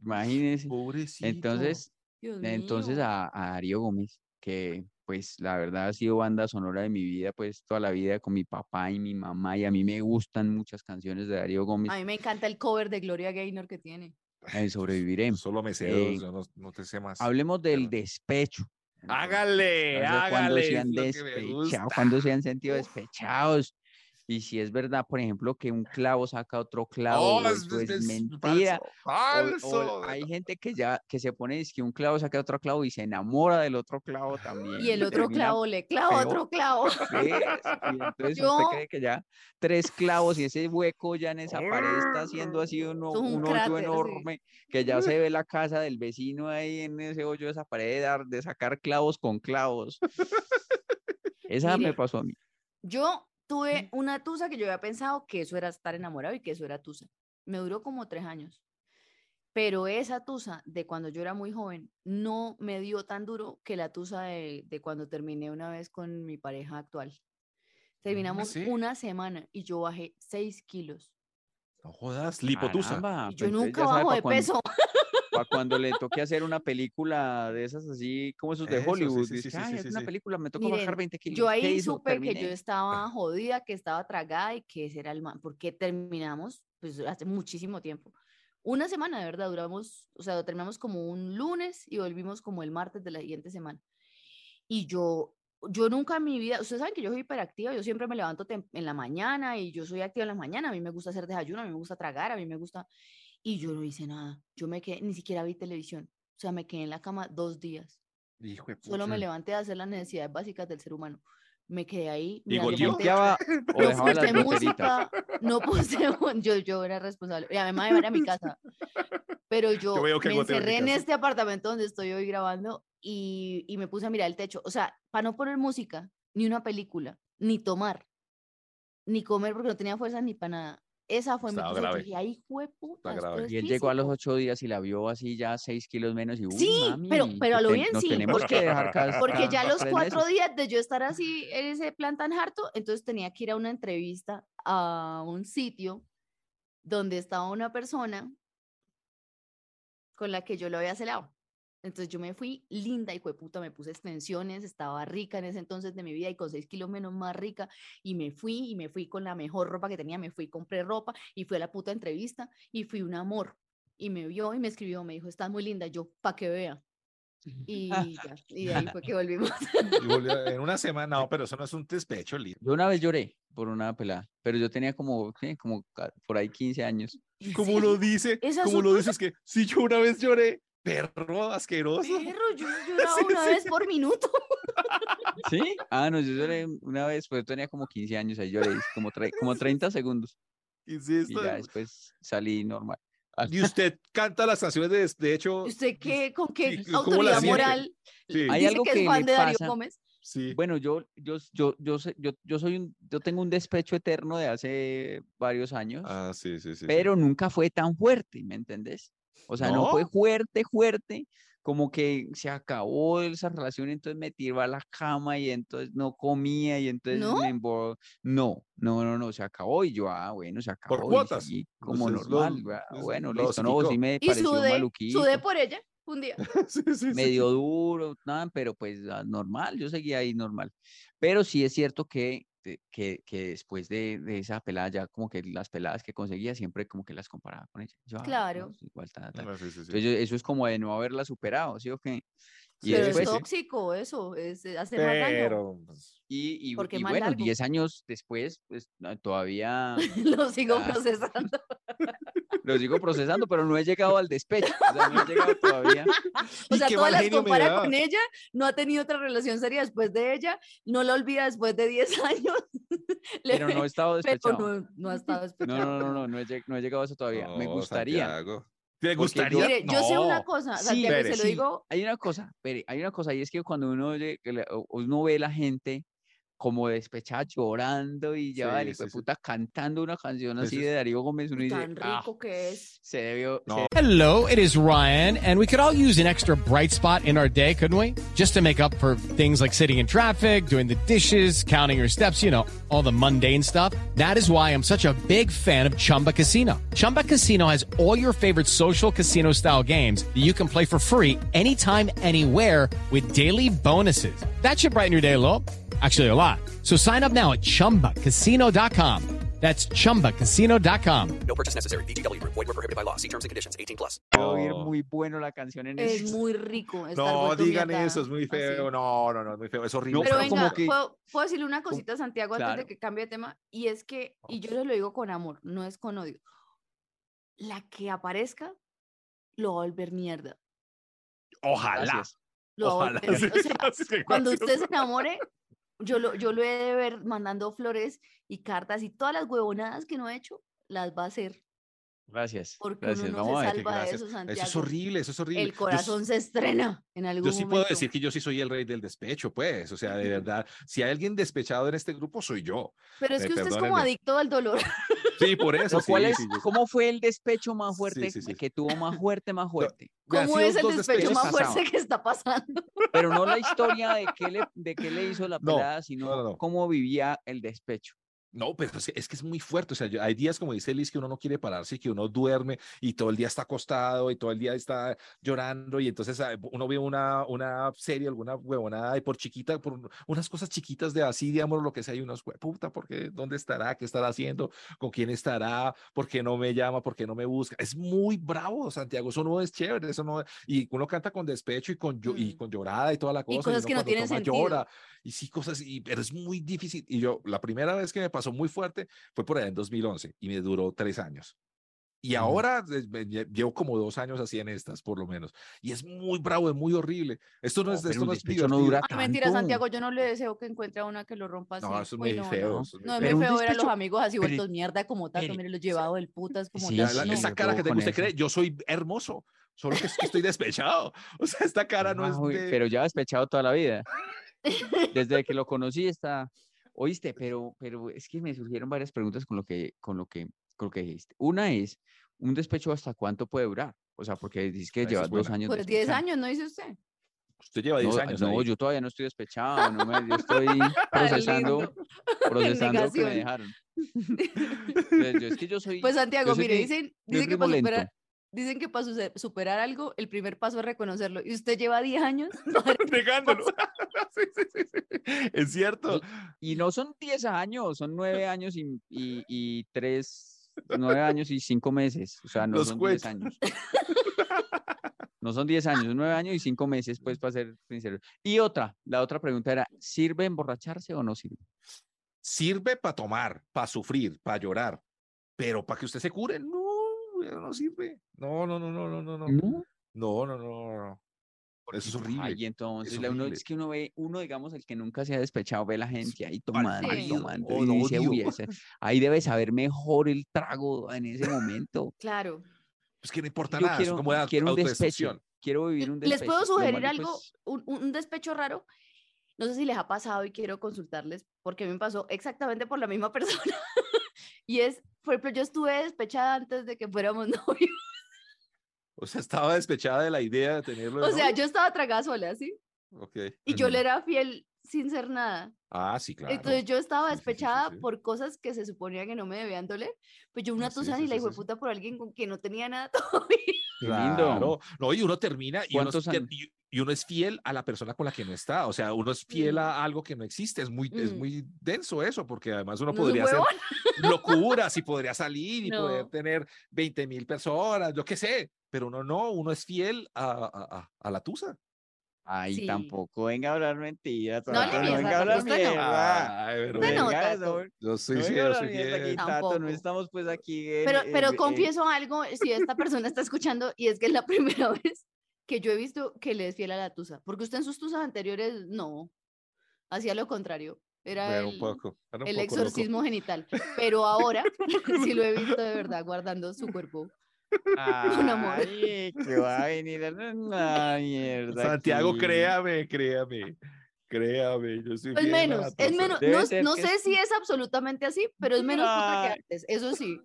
S5: imagínese.
S4: Pobrecito.
S5: Entonces,
S3: Dios
S5: Entonces
S3: mío.
S5: a, a Darío Gómez, que pues la verdad ha sido banda sonora de mi vida, pues toda la vida con mi papá y mi mamá, y a mí me gustan muchas canciones de Darío Gómez,
S3: A mí me encanta el cover de Gloria Gaynor que tiene.
S5: en Sobreviviré.
S4: Solo me
S5: Eh,
S4: yo no, no te sé más.
S5: Hablemos del
S4: Perdón.
S5: despecho. entonces,
S4: Hágale,
S5: no sé Cuando
S4: hágale.
S5: se
S4: es
S5: han
S4: lo que me gusta.
S5: despechado, cuando se han sentido despechados. Y si es verdad, por ejemplo, que un clavo saca otro clavo,
S4: Oh, es-
S5: eso es,
S4: es
S5: mentira.
S4: Falso.
S5: O- o
S4: falso.
S5: hay gente que ya que se pone es que un clavo saca otro clavo y se enamora del otro clavo también.
S3: Y el otro
S5: termina
S3: clavo le clava
S5: peor.
S3: otro clavo.
S5: Sí, Pues, y entonces usted
S3: Yo-
S5: cree que ya tres clavos y ese hueco ya en esa pared está haciendo así uno,
S3: Es un
S5: un
S3: cráter,
S5: hoyo
S3: sí.
S5: enorme, que ya se ve la casa del vecino ahí en ese hoyo de esa pared de, dar- de sacar clavos con clavos. Esa me
S3: Mire,
S5: pasó a mí.
S3: Yo tuve una tusa que yo había pensado que eso era estar enamorado y que eso era tusa. Me duró como tres años. Pero esa tusa de cuando yo era muy joven no me dio tan duro que la tusa de, de cuando terminé una vez con mi pareja actual. Terminamos
S4: ¿sí?
S3: una semana y yo bajé seis kilos.
S4: No jodas, lipotusa.
S5: Caramba,
S3: Y yo
S5: pues entonces
S3: nunca
S5: ya sabe
S3: bajo
S5: pa'
S3: de
S5: cuando-
S3: peso.
S5: Para cuando le toque hacer una película de esas así, como esos de
S4: Eso, sí,
S5: Hollywood.
S4: sí, sí,
S5: que es que,
S4: sí,
S5: "Ay,
S4: sí,
S5: es
S4: sí,
S5: una
S4: sí.
S5: película, me tocó
S3: Miren,
S5: bajar 20 kilos.
S3: Yo
S5: ¿qué
S3: ahí
S5: hizo?
S3: supe que yo
S5: Terminé".
S3: estaba jodida, que estaba tragada y que ese era el man, porque terminamos, pues hace muchísimo tiempo. Una semana, de verdad, duramos, o sea, terminamos como un lunes y volvimos como el martes de la siguiente semana. Y yo, yo nunca en mi vida, ustedes saben que yo soy hiperactiva, yo siempre me levanto tem- en la mañana y yo soy activa en la mañana, a mí me gusta hacer desayuno, a mí me gusta tragar, a mí me gusta... Y yo no hice nada, yo me quedé, ni siquiera vi televisión, o sea, me quedé en la cama dos días.
S4: Hijo de
S3: Solo me
S4: pucha.
S3: levanté a hacer las necesidades básicas del ser humano. Me quedé ahí.
S4: Y
S3: mirando el techo,
S4: goteó.
S5: ¿Limpiaba o
S3: no
S5: dejaba las
S3: puse
S5: goteritas?
S3: música, no puse, mu- yo, yo era responsable. Y además de llevar a mi casa. Pero yo,
S4: Yo veo que
S3: me
S4: goteo en mi
S3: encerré en
S4: casa.
S3: este apartamento donde estoy hoy grabando y, y me puse a mirar el techo. O sea, para no poner música, ni una película, ni tomar, ni comer porque no tenía fuerza ni para nada. Esa fue
S4: Estaba
S3: mi tusa. Yo
S4: grave.
S3: dije, ahí jueputa, esto
S4: grave.
S3: es
S5: Y él llegó a los
S3: físico".
S5: ocho días y la vio así ya seis kilos menos y uy,
S3: Sí, pero-
S5: mami,
S3: pero a
S5: te-
S3: lo bien
S5: nos
S3: sí,
S5: tenemos que
S3: porque-
S5: dejar cas-
S3: Porque
S5: cada
S3: ya a los
S5: tres
S3: cuatro
S5: meses".
S3: días de yo estar así en ese plan tan harto, entonces tenía que ir a una entrevista a un sitio donde estaba una persona con la que yo lo había celado. Entonces yo me fui linda y puta, me puse extensiones, estaba rica en ese entonces de mi vida y con seis kilos menos más rica y me fui y me fui con la mejor ropa que tenía, me fui, compré ropa y fui a la puta entrevista y fui un amor y me vio y me escribió, me dijo, estás muy linda, yo, pa' que vea. Y ya, y de ahí fue que volvimos.
S4: Y volvió En una semana, no, pero eso no es un despecho, Lito.
S5: Yo una vez lloré por una pelada, pero yo tenía como, ¿qué? como ca- por ahí 15 años.
S4: Como lo dice,
S3: Esa es
S4: como
S3: otra-
S4: lo dices que si yo una vez lloré, perro asqueroso.
S3: Perro, yo lloraba
S4: Sí,
S3: una
S4: sí,
S3: vez
S4: sí.
S3: por minuto.
S5: ¿Sí? Ah, no, yo lloré una vez, pues yo tenía como 15 años, ahí lloré como, tre- como 30 segundos y
S4: Insisto.
S5: ya después salí normal.
S4: Y usted canta las canciones de des- de hecho.
S3: ¿Usted qué, con qué
S4: Sí, ¿cómo la
S3: autoridad
S4: siente?
S3: moral
S4: Sí,
S5: Hay
S3: dice
S5: algo
S3: que es
S5: que
S3: fan
S5: me
S3: de Darío
S5: pasa.
S3: Gómez?
S4: sí.
S5: Bueno, yo, yo, yo, yo, sé- yo, yo soy un, yo tengo un despecho eterno de hace varios años,
S4: Ah, sí, sí, sí. sí.
S5: pero nunca fue tan fuerte, ¿me entendés? O sea, no,
S4: No.
S5: fue fuerte, fuerte, como que se acabó esa relación, entonces me tiró a la cama y entonces no comía y entonces
S3: ¿No?
S5: me embor... No, no, no, no, se acabó y yo, ah, bueno, se acabó. y
S4: cuotas.
S5: seguí como
S4: Entonces, lo-
S5: normal, ah,
S4: entonces
S5: bueno,
S4: lo
S5: listo, no, sí
S4: psicó.
S5: me
S3: Y
S5: pareció
S3: sudé,
S5: maluquito
S3: sudé por ella un día.
S4: Sí, sí, sí.
S5: medio duro, nada, pero pues ah, normal, yo seguía ahí normal. Pero sí es cierto que, de- que, que después de, de esa pelada, ya como que las peladas que conseguía siempre como que las comparaba con ella. Yo, "Ah, no,
S3: Claro.
S5: sí, igual, ta, ta".
S4: Ah, sí, sí, sí.
S5: Entonces, eso es como de no haberla superado, ¿sí o qué? Y
S3: Pero
S5: después, ¿eh?
S3: es tóxico eso, es eh, hacer más daño.
S4: Pero, pues,
S5: y, y-
S3: porque
S5: y
S3: más
S5: bueno,
S3: largo.
S5: 10 años después, pues no, todavía
S3: Lo sigo
S5: Ah.
S3: procesando.
S5: lo sigo procesando, pero no he llegado al despecho. O sea, no he llegado todavía.
S3: O
S4: ¿Y
S3: sea,
S4: qué
S3: todas
S4: mal
S3: las
S4: genio me
S3: compara
S4: da?
S3: con ella, no ha tenido otra relación seria después de ella, no la olvida después de 10 años. Le-
S5: Pero no he estado
S3: pero
S5: despechado. No,
S3: no, no ha estado
S5: no,
S3: despechado.
S5: no, no, no, he, lleg- no he llegado a eso todavía. Me
S4: no,
S5: gustaría.
S4: Santiago. ¿Te
S5: Porque yo-
S4: gustaría?
S3: Mire, yo sé una
S4: No.
S3: cosa,
S5: Sí,
S3: Santiago, y
S4: Pérez,
S3: se lo
S5: sí,
S3: digo,
S5: Hay una cosa, Pere, hay una cosa, y es que cuando uno, oye que la- o- uno ve la gente como despechada llorando y ya
S4: Sí,
S5: vale,
S4: sí, sí.
S5: puta cantando una canción
S4: Sí,
S5: así
S4: sí,
S5: de
S4: sí.
S5: Darío Gómez, uno dice,
S3: tan
S5: "Ah,
S3: rico que es.
S5: se debió, se
S4: No.
S7: Hello, it is Ryan, and we could all use an extra bright spot in our day, couldn't we? Just to make up for things like sitting in traffic, doing the dishes, counting your steps, you know, all the mundane stuff. That is why I'm such a big fan of Chumba Casino. Chumba Casino has all your favorite social casino style games that you can play for free anytime, anywhere with daily bonuses. That should brighten your day a little. Actually, a lot. So sign up now at chumbacasino.com. That's chumbacasino.com.
S5: debió oír
S4: No.
S5: muy bueno la canción en ese
S3: Es muy rico. estar
S4: No,
S3: vuelto
S4: digan
S3: mierda
S4: eso, es muy
S3: así.
S4: feo. No, no, no, es muy feo. Es horrible.
S3: Pero
S5: pero como
S3: venga,
S5: que-
S3: ¿puedo, puedo decirle una cosita a Santiago antes
S5: claro.
S3: de que cambie de tema? Y es que, y yo se lo digo con amor, no es con odio. La que aparezca lo va a volver mierda.
S4: Ojalá.
S5: Gracias.
S3: Lo va a
S4: Ojalá.
S3: volver- o
S4: sí,
S3: sea,
S4: sí, sí,
S3: cuando
S4: gracias.
S3: usted se enamore, yo lo, yo lo he de ver mandando flores y cartas y todas las huevonadas que no he hecho, las va a hacer.
S5: Gracias,
S3: Porque uno
S5: gracias,
S3: no
S5: vamos
S3: se
S5: a
S4: que
S5: ver.
S3: salva de
S4: gracias.
S3: eso,
S4: Eso es
S3: Santiago.
S4: horrible, eso es horrible.
S3: El
S4: Yo-
S3: corazón se estrena en algún
S4: Yo sí puedo
S3: momento.
S4: decir que yo sí soy el rey del despecho, pues, o sea, de verdad, si hay alguien despechado en este grupo, soy yo.
S3: Pero es
S4: me
S3: que usted es como
S4: perdónenme.
S3: adicto al dolor.
S4: Sí, por eso.
S5: Lo
S4: sí,
S5: cual es,
S4: sí, yo-
S5: ¿Cómo fue el despecho más
S4: Sí,
S5: fuerte
S4: sí, sí.
S5: que tuvo más fuerte, más fuerte?
S4: Vean,
S3: ¿Cómo
S4: sí,
S3: es
S4: los
S3: el
S4: dos
S3: despecho
S4: despechos
S3: más
S4: pasados.
S3: fuerte que está pasando?
S5: Pero no la historia de qué le, de qué le hizo la
S4: No,
S5: pelada, sino
S4: no, no.
S5: cómo vivía el despecho.
S4: No, pero pues, es que, es que es muy fuerte. O sea, yo- hay días, como dice Liz, que uno no quiere pararse y que uno duerme y todo el día está acostado y todo el día está llorando. Y entonces ah, uno ve una, una serie, alguna huevonada, y por chiquita, por un- unas cosas chiquitas de así, de amor, lo que sea, y uno es puta, ¿por qué? ¿Dónde estará? ¿Qué estará haciendo? ¿Con quién estará? ¿Por qué no me llama? ¿Por qué no me busca? Es muy bravo, Santiago. Eso no es chévere. Eso no, y uno canta con despecho y con, llo- y
S3: Mm.
S4: con llorada y toda la cosa.
S3: cosas
S4: uno
S3: que no
S4: cuando
S3: tienen
S4: toma
S3: sentido.
S4: llora y sí cosas, y, pero es muy difícil. Y yo, la primera vez que me pasó muy fuerte fue por allá en 2011 y me duró tres años. Y
S5: Ujú.
S4: ahora eh, me lle- llevo como dos años así en estas, por lo menos. Y es muy bravo, es muy horrible. Esto no,
S5: No,
S4: es,
S5: pero
S4: esto
S5: un
S4: no es
S5: despecho no
S4: divertido.
S5: dura
S3: Ay, mentira,
S5: tanto.
S3: Santiago, yo no le deseo que encuentre a una que lo rompa así.
S4: Ah, No, eso es
S3: Uy,
S4: muy
S3: no, no,
S4: feo.
S3: No,
S4: eso es muy
S3: No, es
S4: feo.
S3: muy
S5: Pero un
S3: feo ver a los
S5: despecho-
S3: amigos así
S5: pero-
S3: vueltos mierda como tato,
S5: pero-
S3: mire, los llevado del putas como
S5: Sí,
S4: Ya
S3: tato.
S4: la-
S5: sí,
S3: no.
S4: esa
S5: yo
S4: cara
S5: puedo
S4: que tengo,
S5: con
S4: usted
S5: eso.
S4: cree, yo soy hermoso, solo que es que estoy despechado. O sea, esta cara no
S5: Ah,
S4: es
S5: uy,
S4: de...
S5: Pero ya despechado toda la vida. Desde que lo conocí está. Oíste, pero, pero es que me surgieron varias preguntas con lo que, con lo que, con lo que dijiste. Una es, ¿un despecho hasta cuánto puede durar? O sea, porque dices que
S4: Esa es
S5: llevas dos
S4: buena.
S5: años.
S3: Pues 10
S5: despechado.
S3: años, ¿no dice usted?
S4: Usted lleva 10
S5: no,
S4: años.
S5: no,
S4: ahí.
S5: yo todavía no estoy despechado, no me, yo estoy procesando,
S3: lindo.
S5: procesando que
S3: negación.
S5: me dejaron. Entonces, yo- es que yo soy,
S3: Pues Santiago,
S5: sé
S3: mire,
S5: que
S3: dicen,
S5: soy
S3: dicen que
S5: ritmo
S3: para
S5: lento.
S3: superar... Dicen que para suce- superar algo, el primer paso es reconocerlo. Y usted lleva 10 años. madre,
S4: Negándolo. Sí, sí, sí, sí. Es cierto.
S5: y no son 10 años, son 9 años y, y, y 3, 9 años y 5 meses, o sea, no
S4: Los
S5: son 10
S4: cuento.
S5: años. No son 10 años, 9 años y 5 meses, pues, para ser sincero. Y otra, la otra pregunta era, ¿sirve emborracharse o no sirve?
S4: sirve para tomar, para sufrir, para llorar, pero para que usted se cure, no, eso no sirve. No, no, no, no, no, no, no, no,
S5: No,
S4: no, no, no, no. Eso es horrible.
S5: Y entonces la uno,
S4: horrible.
S5: es que uno ve, uno digamos, el que nunca se ha despechado, ve la gente ahí tomando y
S3: pálido,
S5: tomando
S4: oh,
S5: y
S4: lo
S5: dice, uy,
S4: odio".
S5: ese- ahí debe saber mejor el trago en ese momento.
S3: Claro.
S4: Pues que no importa
S5: Yo
S4: nada, eso
S5: quiero,
S4: es como la
S5: quiero un despecho,
S4: autodestrucción.
S5: quiero vivir un despecho.
S3: Les puedo
S5: Lo
S3: sugerir
S5: malo,
S3: algo,
S5: pues,
S3: un, un- un despecho raro. No sé si les ha pasado y quiero consultarles porque a mí me pasó exactamente por la misma persona. y es, por ejemplo, yo estuve despechada antes de que fuéramos novios.
S4: O sea, estaba despechada de la idea de tenerlo. de
S3: O sea,
S4: novio.
S3: yo estaba tragada sola, ¿sí?
S4: Ok.
S3: Y yo
S5: Ujú.
S3: le era fiel sin ser nada.
S4: Ah, sí, claro.
S3: Entonces yo estaba
S4: Sí, sí, sí, sí,
S3: despechada
S4: sí.
S3: por cosas que se suponía que no me debían doler. Pues yo una
S4: Sí,
S3: tosa
S4: sí,
S3: y la
S4: sí, sí,
S3: hijo
S4: sí.
S3: puta por alguien con que no tenía nada todavía.
S5: Qué lindo.
S4: Claro. No, y uno termina y uno, es
S5: ¿Cuántos
S4: fiel,
S5: an-
S4: y- y uno es fiel a la persona con la que no está. O sea, uno es fiel
S3: Mm.
S4: a algo que no existe. Es muy, es
S3: Mm.
S4: muy denso eso, porque además uno
S3: No,
S4: podría hacer
S3: huevón.
S4: locuras y podría salir y poder
S3: No.
S4: tener 20 mil personas, yo qué sé. Pero uno no, uno es fiel a, a- a- a la tusa.
S5: Ay,
S3: Sí.
S5: tampoco venga a hablar mentiras.
S3: No le
S5: Tato,
S3: mientas,
S5: venga a hablar
S3: tampoco usted no.
S5: mierda.
S4: Ay, pero
S3: Usted no,
S4: venga,
S5: venga,
S3: Tato.
S5: eso,
S4: yo soy
S5: no
S4: fiel,
S5: venga a
S4: yo
S5: hablar
S4: soy
S5: mierda aquí,
S4: fiel.
S5: Tato, no
S3: Tampoco.
S5: estamos pues aquí en-
S3: Pero,
S5: en-
S3: pero
S5: en-
S3: confieso algo, si esta persona está escuchando, y es que es la primera vez que yo he visto que le es fiel a la tusa, porque usted en sus tusas anteriores no, hacía lo contrario, era
S4: Era
S3: el,
S4: un poco, era un
S3: el
S4: poco loco.
S3: exorcismo genital, pero ahora sí lo he visto de verdad guardando su cuerpo. un amor.
S5: Ay, que va a venir a la- la mierda
S4: Santiago,
S5: aquí.
S4: créame, créame, créame. Yo soy
S3: Es
S4: fiel a la
S3: Pues menos, es
S4: tusa.
S3: menos,
S5: Debe
S3: no,
S5: ser
S3: no
S5: que
S3: sé
S5: es-
S3: si es absolutamente así, pero es menos puta que
S5: Ay.
S3: antes, eso sí.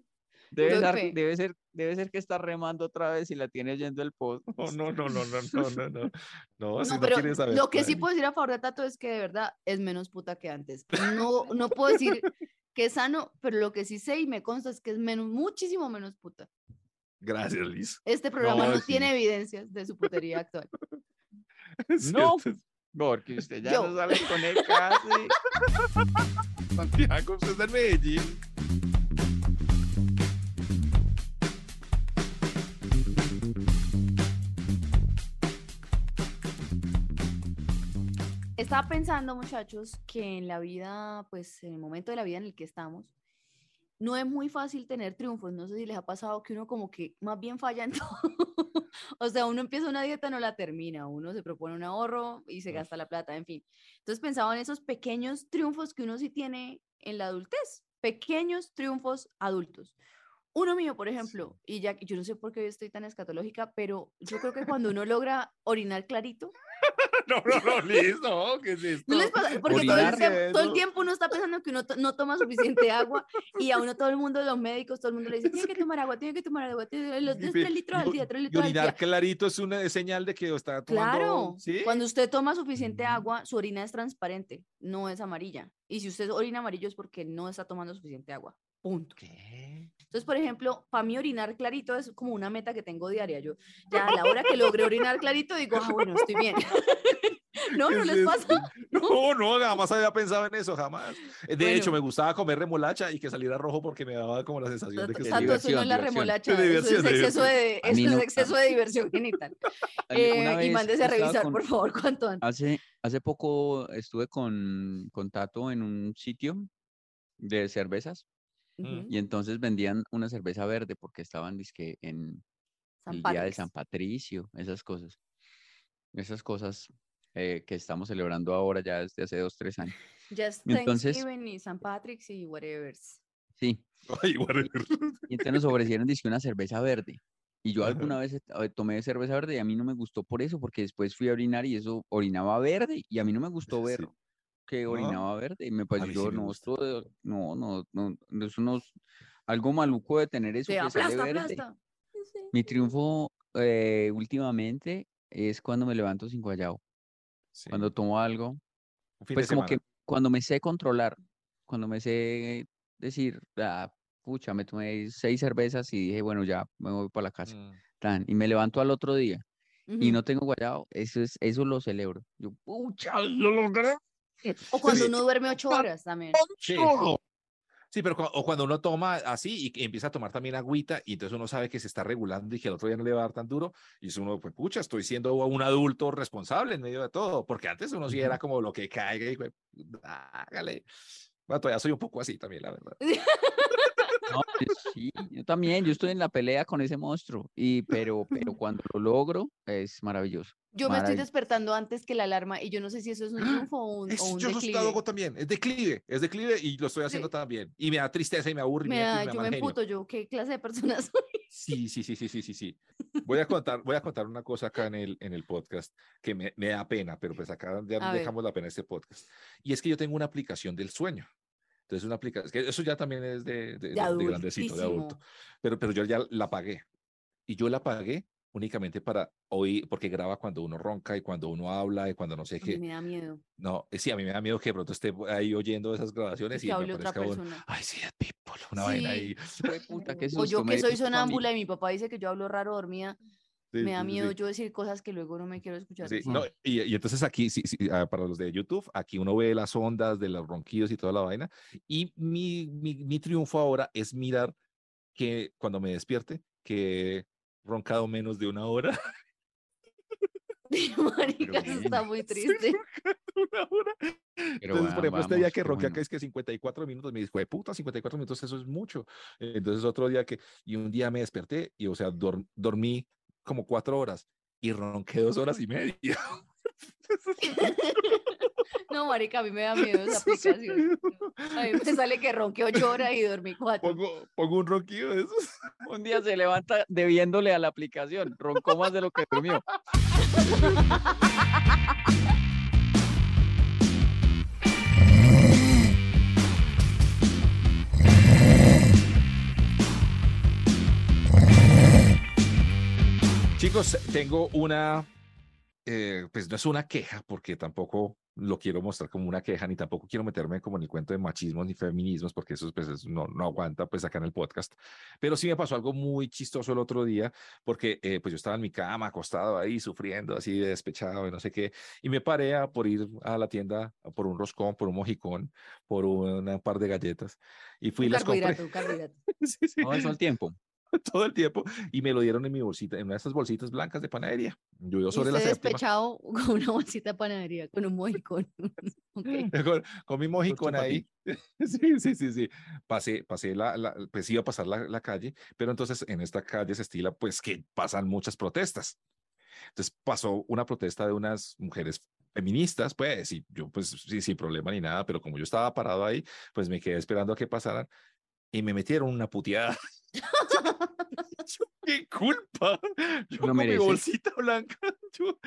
S5: Debe
S3: Doy
S5: ser,
S3: fe.
S5: debe ser, debe ser que está remando otra vez y la tiene oyendo el pod.
S4: No, no, no, no, no, no, no, no. No, si
S3: No,
S4: no
S3: pero
S4: quieres saber.
S3: lo que sí
S4: Dani.
S3: puedo decir a favor de Tato es que de verdad es menos puta que antes. No, no puedo decir que es sano, pero lo que sí sé y me consta es que es menos, muchísimo menos puta.
S4: Gracias, Liz.
S3: Este programa
S4: No,
S3: no,
S4: sí.
S3: tiene evidencias de su putería actual.
S4: Es
S5: No.
S4: cierto.
S5: Porque usted ya
S3: Yo.
S5: no sale con él casi.
S4: Santiago, usted está en Medellín.
S3: Estaba pensando, muchachos, que en la vida, pues en el momento de la vida en el que estamos, no es muy fácil tener triunfos. No sé si les ha pasado que uno como que más bien falla en todo. o sea, uno empieza una dieta, no la termina. Uno se propone un ahorro y se gasta la plata, en fin. Entonces pensaba en esos pequeños triunfos que uno sí tiene en la adultez. Pequeños triunfos adultos. Uno mío, por ejemplo, y ya yo no sé por qué hoy estoy tan escatológica, pero yo creo que cuando uno logra orinar clarito,
S4: No, no, no, Liz, no, ¿qué es esto?
S3: no les pasa, porque todo
S5: Orinar,
S3: el, tiempo, todo el
S4: ¿no?
S3: tiempo uno está pensando que uno to- no toma suficiente agua y a uno todo el mundo, los médicos, todo el mundo le dice, tiene que tomar agua, tiene que tomar agua, tiene los
S4: Y-
S3: 3
S4: y-
S3: litros al
S4: y-
S3: día, 3
S4: Y
S3: litros al
S4: orinar
S3: día.
S4: clarito es una señal de que está tomando.
S3: Claro,
S4: ¿sí? Mm.
S3: cuando usted toma suficiente agua, su orina es transparente, no es amarilla. Y si usted orina amarillo es porque no está tomando suficiente agua. Punto.
S4: ¿Qué?
S3: Entonces, por ejemplo, para mí orinar clarito es como una meta que tengo diaria. Yo ya a la hora que logré orinar clarito digo, ah, bueno, estoy bien. no,
S4: ¿Qué
S3: no
S4: es
S3: les
S4: esto?
S3: pasa.
S4: No, no, jamás había pensado en eso, jamás. De hecho, me
S3: Bueno.
S4: gustaba comer remolacha y que saliera rojo porque me daba como la sensación de que
S3: Tanto, tanto
S4: estoy
S3: eso no
S5: diversión,
S3: es la
S5: diversión.
S3: remolacha,
S4: De
S3: eso
S4: diversión,
S3: es
S4: de
S3: exceso de,
S5: A mí
S3: eso es
S5: no-
S3: exceso de diversión genital.
S5: A mí
S3: Eh,
S5: una
S3: y
S5: vez
S3: mándese a
S5: estaba
S3: revisar,
S5: con- Ah,
S3: por favor, cuanto antes.
S5: Hace, hace poco estuve con, con Tato en un sitio de cervezas
S4: Mm.
S3: Ujú.
S5: y entonces vendían una cerveza verde porque estaban dizque en
S3: San
S5: el día de
S3: Patrick's.
S5: San Patricio, esas cosas. Esas cosas eh, que estamos celebrando ahora ya desde hace dos, tres años.
S3: Ya es
S5: Entonces-
S3: Thanksgiving y San Patrick's y whatever.
S5: Sí.
S4: Ay, whatever.
S5: Y entonces nos ofrecieron dizque una cerveza verde. Y yo alguna vez eh, tomé cerveza verde y a mí no me gustó por eso, porque después fui a orinar y eso orinaba verde y a mí no me gustó
S4: Sí.
S5: ver que
S4: No.
S5: orinaba verde y me
S4: mí sí
S5: pareció,
S4: me
S5: no,
S4: gusta.
S5: esto, de- no, no, no, no, es unos, algo maluco de tener eso
S3: Sí,
S5: que sale
S3: aplasta,
S5: verde.
S3: aplasta.
S5: Mi triunfo eh, últimamente es cuando me levanto sin guayabo,
S4: Sí,
S5: cuando tomo algo,
S4: un fin de
S5: pues como que
S4: semana.
S5: cuando me sé controlar, cuando me sé decir, ah, pucha, me tomé seis cervezas y dije, bueno, ya me voy para la casa
S4: Mm.
S5: tan, y me levanto al otro día y
S3: Ujú.
S5: no tengo guayabo, eso es, eso lo celebro. Yo, pucha, lo logré.
S3: O cuando
S4: Sí.
S3: uno duerme ocho horas también.
S4: Sí. Sí, pero cua- o cuando uno toma así y, y empieza a tomar también agüita y entonces uno sabe que se está regulando y que el otro día no le va a dar tan duro y es uno, pues pucha, estoy siendo un adulto responsable en medio de todo, porque antes uno sí era como lo que caiga y pues, hágale. Bueno, todavía soy un poco así también, la verdad.
S5: No, yo sí, yo también, yo estoy en la pelea con ese monstruo y pero pero cuando lo logro es maravilloso.
S3: Yo me estoy
S5: Maravilloso.
S3: despertando antes que la alarma y yo no sé si eso es un triunfo o un,
S4: Es-
S3: o un
S4: yo
S3: declive.
S4: lo hago también, es declive, es declive y lo estoy haciendo
S3: Sí.
S4: también. Y me da tristeza y me
S3: Me
S4: aburrimiento
S3: da-
S4: y me da
S3: yo me
S4: mal genio.
S3: emputo, yo, ¿qué clase de personas soy?
S4: Sí, sí, sí, sí, sí, sí, sí. Voy a contar, voy a contar una cosa acá en el, en el podcast que me, me da pena, pero pues acá ya
S3: A ver.
S4: dejamos la pena este podcast. Y es que yo tengo una aplicación del sueño. Entonces, una aplicación, que eso ya también es de, de, de- de grandecito, de adulto.
S3: adultísimo.
S4: Pero, pero yo ya la pagué. Y yo la pagué únicamente para oír, porque graba cuando uno ronca y cuando uno habla y cuando no sé
S3: A mí
S4: qué.
S3: me da miedo.
S4: No, eh, sí, a mí me da miedo que de pronto esté ahí oyendo esas grabaciones
S3: Que
S4: y me
S3: hable otra
S4: parezca un,
S3: persona.
S4: ay, sí, es people, una vaina
S3: Sí.
S4: ahí.
S5: Puta, qué
S3: O
S5: susto,
S3: yo
S5: me
S3: que
S5: dio
S3: soy
S5: susto a mí.
S3: sonámbula y mi papá dice que yo hablo raro dormida,
S4: Sí,
S3: me da
S4: sí, sí,
S3: miedo
S4: sí.
S3: yo decir cosas que luego no me quiero escuchar.
S4: Sí,
S3: decir.
S4: no, y, y entonces aquí, sí, sí, ah, para los de YouTube, aquí uno ve las ondas de los ronquidos y toda la vaina. Y mi, mi, mi triunfo ahora es mirar que cuando me despierte, que he roncado menos de una hora.
S3: Marica, eso
S5: bien.
S3: está muy triste.
S4: una hora.
S5: Pero
S4: Entonces, por
S5: bueno,
S4: ejemplo, este día
S5: vamos,
S4: que
S5: qué
S4: ronqué
S5: bueno.
S4: que es que 54 minutos, me dijo, de puta, 54 minutos, eso es mucho. Eh, Entonces otro día que, y un día me desperté y, o sea, dor- dormí como cuatro horas y ronqué dos horas y media.
S3: No, marica, a mí me da miedo esa aplicación. A mí me sale que ronqué ocho horas y dormí cuatro.
S4: Pongo, pongo un ronquido de esos.
S5: Un día se levanta debiéndole a la aplicación. Roncó más de lo que durmió.
S4: Chicos, tengo una, eh, pues no es una queja, porque tampoco lo quiero mostrar como una queja, ni tampoco quiero meterme como en el cuento de machismos ni feminismos, porque eso pues, es- no, no aguanta pues acá en el podcast. Pero sí me pasó algo muy chistoso el otro día, porque eh, pues yo estaba en mi cama, acostado ahí, sufriendo, así de despechado, y no sé qué, y me paré a- por ir a la tienda por un roscón, por un mojicón, por un par de galletas, y fui y
S3: Un
S4: las compré.
S3: carbohidrato, un carbohidrato.
S4: Sí, sí
S5: No avanzó el tiempo.
S4: todo el tiempo y me lo dieron en mi bolsita, en una de esas bolsitas blancas de panadería. Yo
S3: Y
S4: sobre la
S3: usted
S4: séptima
S3: despechado con una bolsita de panadería, con un mojicón. Ok.
S4: con, con mi mojicón
S5: pa'
S4: ahí. Sí, sí, sí, sí. Pasé, pasé la, la- pues iba a pasar la, la calle, pero entonces en esta calle se estila pues que pasan muchas protestas. Entonces pasó una protesta de unas mujeres feministas, pues, y yo pues sí, sin problema ni nada, pero como yo estaba parado ahí, pues me quedé esperando a que pasaran y me metieron una puteada. Yo, ¿Qué culpa? Yo
S5: Lo
S4: con mi
S5: merece.
S4: bolsita blanca, yo,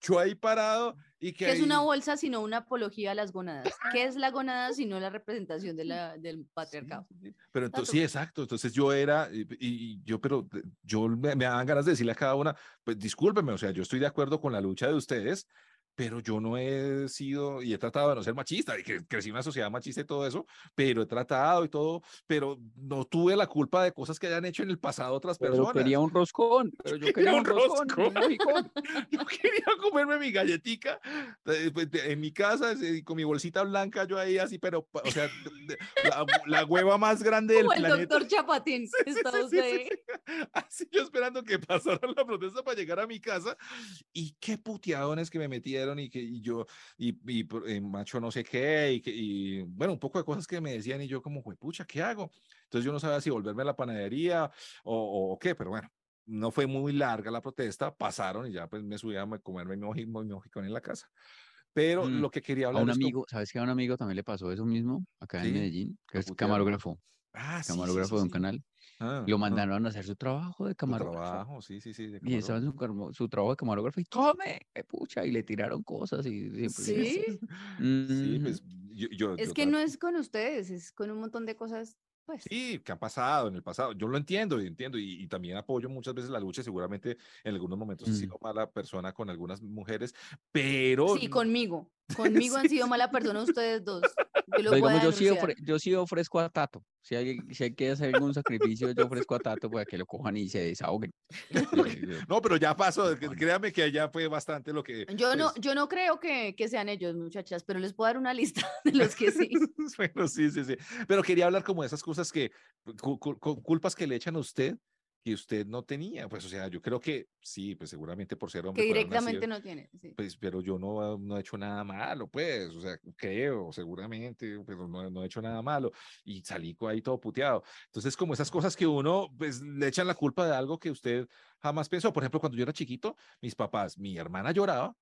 S4: yo ahí parado y que
S3: ¿Qué es una
S4: ahí- Ah.
S3: bolsa sino una apología a las gonadas? ¿Qué es la gonada sino la representación de la, del
S4: Sí,
S3: patriarcado?
S4: sí, sí. Pero entonces,
S3: Tanto.
S4: sí, exacto. Entonces yo era, y, y yo, pero de- yo me, me daban ganas de decirle a cada una, pues discúlpeme, o sea, yo estoy de acuerdo con la lucha de ustedes, pero yo no he sido y he tratado de no ser machista, y que crecí en una sociedad machista y todo eso, pero he tratado y todo, pero no tuve la culpa de cosas que hayan hecho en el pasado otras
S5: Pero
S4: personas.
S5: quería un roscón. Pero yo quería un roscón. un mojicón.
S4: yo quería comerme mi galletica eh, pues, de- en mi casa eh, con mi bolsita blanca yo ahí así, pero, pa- o sea, de- de- la, la hueva más grande del
S3: Como el
S4: planeta.
S3: doctor Chapatín.
S4: Sí, sí,
S3: está
S4: sí, sí,
S3: usted
S4: sí, sí. Así yo esperando que pasara la protesta para llegar a mi casa. Y qué puteadones que me metieron y que y yo, y, y por- eh, macho no sé qué, y, que- y, bueno, un poco de cosas que me decían y yo como, pucha, ¿qué hago? Entonces yo no sabía si volverme a la panadería o, o- o qué, pero bueno. No fue muy larga la protesta, pasaron y ya pues me subí a me- comerme mi moji- mi mojicón en la casa. Pero
S5: Mm,
S4: lo que quería
S5: A
S4: hablar
S5: un
S4: es como-
S5: amigo, ¿sabes que a un amigo también le pasó eso mismo? Acá
S4: Sí,
S5: en Medellín. Que
S4: lo
S5: es
S4: putearon.
S5: camarógrafo.
S4: Ah, sí, sí, sí,
S5: Camarógrafo de un
S4: sí.
S5: canal.
S4: Ah,
S5: Lo
S4: ah,
S5: mandaron a hacer su trabajo de
S4: su
S5: camarógrafo.
S4: trabajo, sí, sí, sí. de
S5: Y estaba
S4: camarógrafo.
S5: en su, carmo- su trabajo de camarógrafo y tome, eh, pucha, y le tiraron cosas y siempre
S3: Sí,
S4: Sí, pues yo, yo-
S3: es
S4: yo
S3: que
S4: tra-
S3: no es con ustedes, es con un montón de cosas, pues.
S4: Sí, que ha pasado en el pasado. Yo lo entiendo, y entiendo, y, y también apoyo muchas veces la lucha. y Seguramente en algunos momentos he
S5: Mm.
S4: sido mala persona con algunas mujeres, pero
S3: Sí, conmigo. Conmigo han sido mala persona ustedes dos. Yo lo
S5: Pero
S3: voy a
S5: digamos, yo, sí
S3: denunciar.
S5: ofre- yo sí ofrezco a Tato. Si hay, si hay que hacer algún sacrificio, yo ofrezco a Tato para que lo cojan y se desahoguen. Eh, yo-
S4: no, pero ya pasó.
S5: Bueno.
S4: Créame que ya fue bastante lo que.
S3: Yo no,
S4: pues,
S3: yo no creo que, que sean ellos, muchachas, pero les puedo dar una lista de los que sí.
S4: bueno, sí, sí, sí. Pero quería hablar como de esas cosas que, pues, cu- cu- cu- culpas que le echan a usted que usted no tenía. Pues, o sea, yo creo que sí, pues seguramente por ser
S3: Que
S4: hombre. por haber nacido-
S3: directamente no tienen. sí.
S4: Pues, pero yo no, no he hecho nada malo, pues, o sea, creo, seguramente, pero no, no he hecho nada malo. Y salí co- ahí todo puteado. Entonces, como esas cosas que uno, pues, le echan la culpa de algo que usted jamás pensó. Por ejemplo, cuando yo era chiquito, mis papás, mi hermana lloraba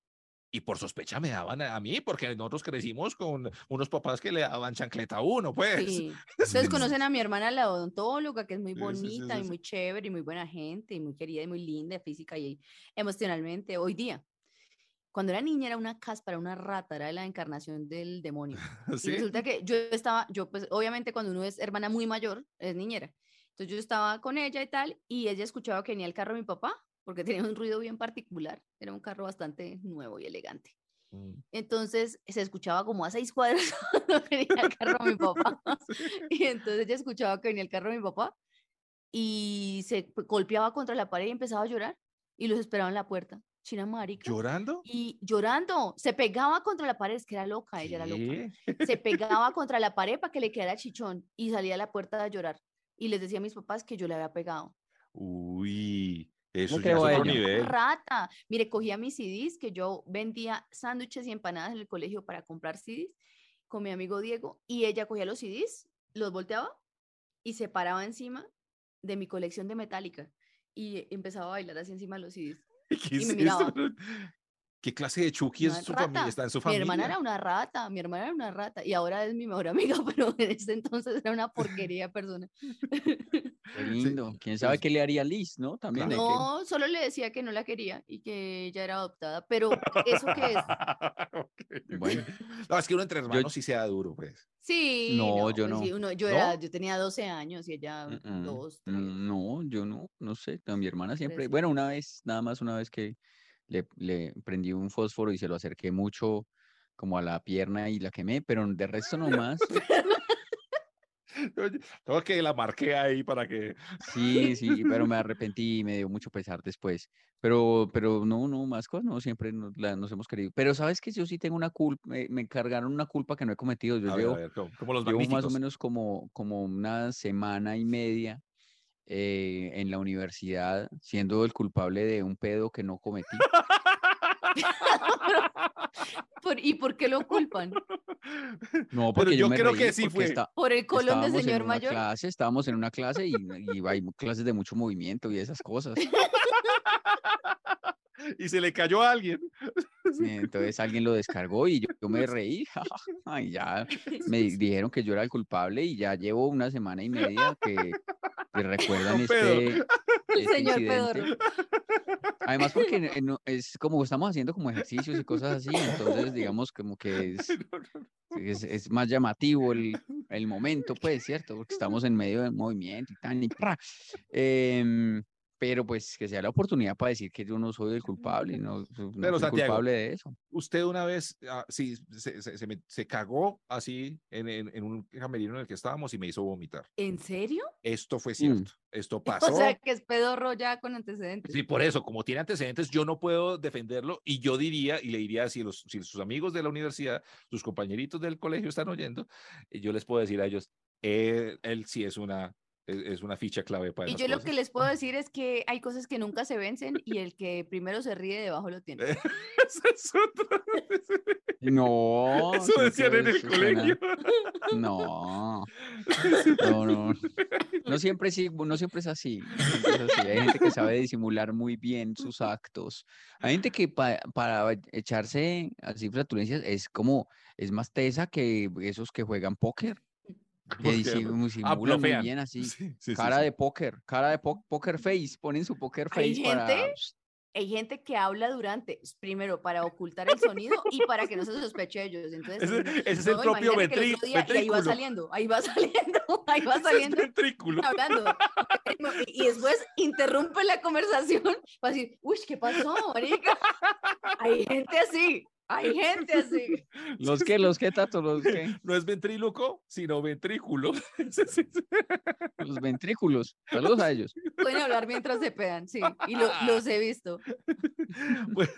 S4: y por sospecha me daban a a mí, porque nosotros crecimos con unos papás que le daban chancleta a uno, pues.
S3: Sí. Ustedes
S4: sí.
S3: conocen a mi hermana, la odontóloga, que es muy
S4: Sí, sí, sí,
S3: bonita
S4: sí,
S3: y
S4: sí.
S3: muy chévere y muy buena gente y muy querida y muy linda física y emocionalmente hoy día. Cuando era niña era una cáspara, una rata, era la encarnación del demonio. Y
S4: ¿Sí?
S3: resulta que yo estaba, yo pues obviamente cuando uno es hermana muy mayor, es niñera. Entonces yo estaba con ella y tal, y ella escuchaba que venía el carro de mi papá porque tenía un ruido bien particular. Era un carro bastante nuevo y elegante.
S4: Mm.
S3: Entonces se escuchaba como a seis cuadras cuando venía el carro de mi papá. Y entonces yo escuchaba que venía el carro de mi papá y se golpeaba contra la pared y empezaba a llorar y los esperaba en la puerta. China marica.
S4: ¿Llorando?
S3: Y llorando, se pegaba contra la pared, es que pues. era loca, ella era loca. Se pegaba contra la pared para que le quedara chichón y salía a la puerta a llorar. Y les decía a mis papás que yo le había pegado.
S4: Uy, eso ya es
S5: quedó
S4: otro
S5: ella?
S4: nivel.
S3: Rata. Mire, cogía mis CDs que yo vendía sándwiches y empanadas en el colegio para comprar CDs con mi amigo Diego y ella cogía los CDs, los volteaba y se paraba encima de mi colección de Metallica y empezaba a bailar así encima de los CDs. y
S4: ¿Qué es
S3: me miraba.
S4: esto? ¿Qué clase de Chucky es
S3: Una
S4: su familia?
S3: rata.
S4: Está en su
S3: Mi
S4: familia.
S3: hermana era una rata, mi hermana era una rata y ahora es mi mejor amiga, pero en ese entonces era una porquería de persona.
S5: Qué lindo. ¿Quién sabe qué le haría Liz, no? También hay que-
S3: No, solo le decía que no la quería y que ella era adoptada, pero eso que es
S4: Ok,
S5: Bueno.
S4: ok. No, es que uno entre hermanos sí sea duro, pues.
S3: Sí.
S5: No, yo
S3: pues sí,
S5: no.
S3: uno- yo,
S5: ¿No?
S3: era, yo tenía 12 años y ella
S5: Mm, mm,
S3: 2, 3.
S5: mm, No, yo no, no sé. a Mi hermana siempre,
S3: Tres.
S5: bueno, una vez, nada más una vez que le, le prendí un fósforo y se lo acerqué mucho como a la pierna y la quemé, pero de resto nomás,
S4: Oye, Tengo que la marqué ahí para que.
S5: sí, sí, pero me arrepentí y me dio mucho pesar después. Pero, pero no, no, más cosas, no, siempre nos, la- nos hemos querido. Pero sabes que yo sí tengo una culpa, me, me cargaron una culpa que no he cometido. Yo
S4: A ver,
S5: llevo
S4: a ver, como, como los
S5: Llevo más o
S4: magníficos.
S5: menos como, como una semana y media eh, en la universidad siendo el culpable de un pedo que no cometí.
S3: ¿Y por qué lo culpan?
S5: No,
S4: Pero
S5: porque
S4: yo
S5: me
S4: creo
S5: reí,
S4: que sí
S5: porque
S4: fue.
S5: está-
S3: ¿Por el colon de
S5: estábamos en
S3: señor
S5: una
S3: mayor?
S5: clase, estábamos en una clase y, y hay clases de mucho movimiento y esas cosas.
S4: Y se le cayó a alguien.
S5: Y Entonces alguien lo descargó y yo, yo me reí. y ya me di- dijeron que yo era el culpable y ya llevo una semana y media que, que recuerdan
S4: Con pedo.
S5: este, este
S3: señor pedorro.
S5: incidente. Además porque en- en- no- es como estamos haciendo como ejercicios y cosas así, entonces digamos como que es, es, es más llamativo el, el momento, pues, ¿cierto? Porque estamos en medio del movimiento y tan y pra. Em, pero pues que sea la oportunidad para decir que yo no soy el culpable, no, no
S4: Pero,
S5: soy
S4: Santiago,
S5: culpable de eso.
S4: Usted una vez, ah, sí, se, se, se me- se cagó así en, en- en un camerino en el que estábamos y me hizo vomitar.
S3: ¿En serio?
S4: Esto
S5: Mm.
S4: fue cierto. Esto pasó.
S3: O sea, que es pedorro ya con antecedentes.
S4: Sí, por eso, como tiene antecedentes, yo no puedo defenderlo y yo diría, y le diría, si, los, si sus amigos de la universidad, sus compañeritos del colegio están oyendo, eh, yo les puedo decir a ellos, él, él sí es una, es, es una ficha clave para
S3: Y
S4: esas
S3: yo lo
S4: cosas.
S3: que les puedo decir es que hay cosas que nunca se vencen y el que primero se ríe debajo lo tiene.
S4: Esa es otra.
S5: No,
S4: Eso
S5: creo
S4: decían
S5: que
S4: en el
S5: eso suena-
S4: colegio.
S5: No, no, no. No siempre, sí, no siempre es así. no siempre es así. Hay gente que sabe disimular muy bien sus actos. Hay gente que pa- para echarse así flatulencias es como, es más tesa que esos que juegan póker. Que
S4: Porque-
S5: disim-
S4: Ah,
S5: disimulan muy
S4: blofean.
S5: bien así.
S4: Sí, sí, sí,
S5: Cara
S4: sí.
S5: de póker, cara de po- poker face. Ponen su poker
S3: Hay
S5: face para...
S3: gente Hay gente que habla durante, primero para ocultar el sonido y para que no se sospeche de ellos. Entonces,
S4: Ese,
S3: uno-
S4: ese es el
S3: no,
S4: propio
S3: imagínate que el
S4: ventrí-
S3: otro día- Y ahí va
S4: ventrículo.
S3: saliendo, ahí va saliendo, ahí va
S4: Ese es
S3: saliendo.
S4: ventrículo.
S3: hablando. No, y- Y después interrumpe la conversación para decir, uy, ¿qué pasó, marica? Hay gente así, hay gente así.
S5: Los que, los que, Tato, los que...
S4: No es ventríloco, sino ventrículo.
S5: Los ventrículos. Saludos a ellos.
S3: Pueden hablar mientras se pedan, sí. Y lo- los he visto.
S4: Pues,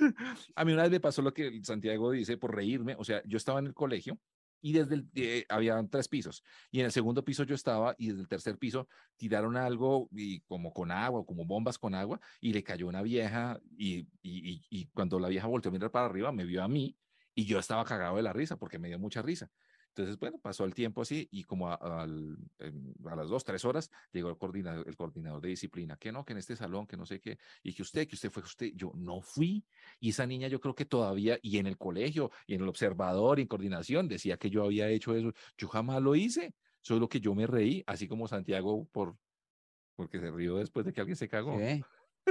S4: a mí una vez me pasó lo que el Santiago dice por reírme, o sea, yo estaba en el colegio y desde el, eh, habían tres pisos y en el segundo piso yo estaba y desde el tercer piso tiraron algo y como con agua, como bombas con agua y le cayó una vieja y, y, y- y cuando la vieja volteó a mirar para arriba me vio a mí y yo estaba cagado de la risa porque me dio mucha risa. Entonces, bueno, pasó el tiempo así y como a, al, em, a las dos, tres horas llegó el coordinador, el coordinador de disciplina, que no, que en este salón, que no sé qué, y que usted, que usted fue usted, yo no fui. Y esa niña yo creo que todavía, y en el colegio, y en el observador, y en coordinación, decía que yo había hecho eso. Yo jamás lo hice, solo que yo me reí, así como Santiago por porque se rió después de que alguien se cagó.
S5: ¿Qué?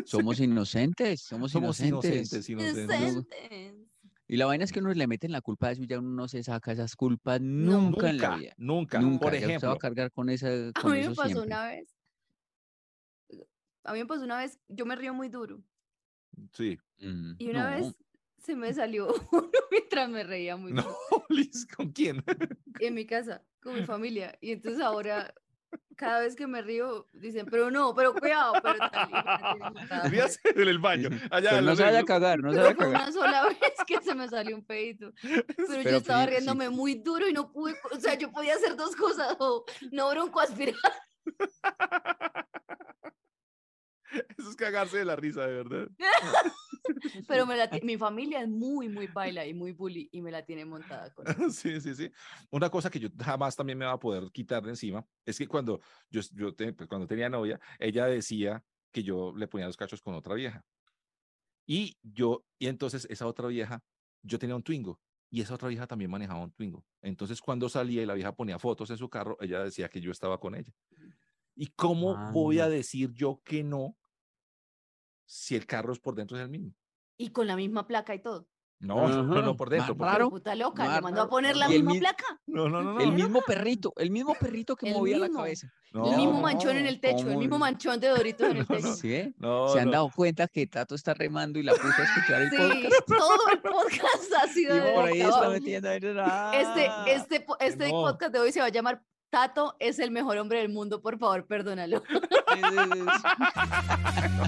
S5: Somos inocentes, somos,
S4: Somos
S5: inocentes.
S4: inocentes, inocentes.
S3: Decentes.
S5: Y la vaina es que uno le meten la culpa a eso y ya uno no se saca esas culpas nunca, en la vida.
S4: nunca,
S5: Nunca.
S4: Por
S5: ya usted va
S4: ejemplo,
S5: a cargar con esa
S3: A
S5: con
S3: mí me
S5: eso
S3: pasó
S5: siempre.
S3: una vez. A mí me pasó una vez, yo me río muy duro.
S4: Sí.
S5: Mm,
S3: Y una
S5: no,
S3: vez se me salió uno mientras me reía muy
S4: No,
S3: duro
S4: Liz, ¿con quién?
S3: en mi casa con mi familia. Y entonces ahora cada vez que me río dicen, pero no, pero cuidado, pero tal", y me tienen matada,
S4: Debía
S3: pues.
S4: ser en el baño. Allá
S5: Pero
S4: en
S5: no
S4: los
S5: se vaya a
S4: libros.
S5: cagar, no se vaya a
S3: Pero fue
S5: cagar.
S3: una sola vez que se me salió un pedito. Pero, yo
S5: Pero
S3: estaba
S5: sí, sí.
S3: riéndome muy duro y no pude, o sea, yo podía hacer dos cosas, o no broncoaspirar
S4: Eso es cagarse de la risa, de verdad.
S3: Pero me la ti- mi familia es muy, muy baila y muy bully y me la tiene montada con eso.
S4: Sí, sí, sí. Una cosa que yo jamás también me va a poder quitar de encima es que cuando yo, yo te- pues, cuando tenía novia, ella decía que yo le ponía los cachos con otra vieja. Y yo, y entonces esa otra vieja, yo tenía un Twingo y esa otra vieja también manejaba un Twingo. Entonces cuando salía y la vieja ponía fotos en su carro, ella decía que yo estaba con ella. ¿Y cómo voy a
S5: Anda.
S4: decir yo que no si el carro es por dentro es el mismo?
S3: Y con la misma placa y todo.
S4: No, no, no,
S5: Ajá,
S4: por dentro.
S5: más
S4: porque-
S5: raro.
S3: Pero puta loca, le
S5: Bárbaro.
S3: mandó a poner la
S5: Y el
S3: misma
S5: mi-
S3: placa.
S4: No, no, no, no.
S5: El mismo perrito, el mismo perrito que
S3: El
S5: movía la
S3: mismo.
S5: cabeza.
S3: El mismo
S5: No,
S3: manchón en el techo, el
S5: ¿cómo
S3: mismo
S5: es?
S3: manchón de doritos en el techo.
S5: ¿Sí ve?
S4: No,
S5: ¿Se han
S4: no.
S5: dado cuenta que Tato está remando y la puso a escuchar el
S3: Sí,
S5: podcast?
S3: todo el podcast ha sido
S5: Y
S3: de
S5: por ahí
S3: boca
S5: está
S3: abajo.
S5: metiendo.
S3: Este,
S5: Este,
S3: este, po- este
S4: no.
S3: podcast de hoy se va a llamar Tato es el mejor hombre del mundo, por favor, perdónalo.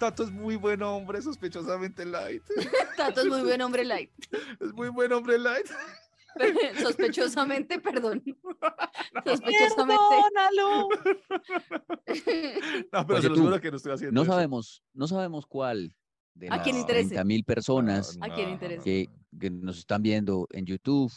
S4: Tato es muy buen hombre, sospechosamente light.
S3: Tato es muy buen hombre light.
S4: Es muy buen hombre light.
S3: Sospechosamente, perdón. Sospechosamente.
S5: ¡Perdónalo!
S4: No, pero
S5: Oye,
S4: se lo
S5: tú,
S4: juro que no estoy haciendo.
S5: No
S4: eso.
S5: sabemos, no sabemos cuál de
S3: ¿A
S5: las
S3: quién interese?
S5: 30.000 personas
S3: ¿A quién interesa?
S5: que, que nos están viendo en YouTube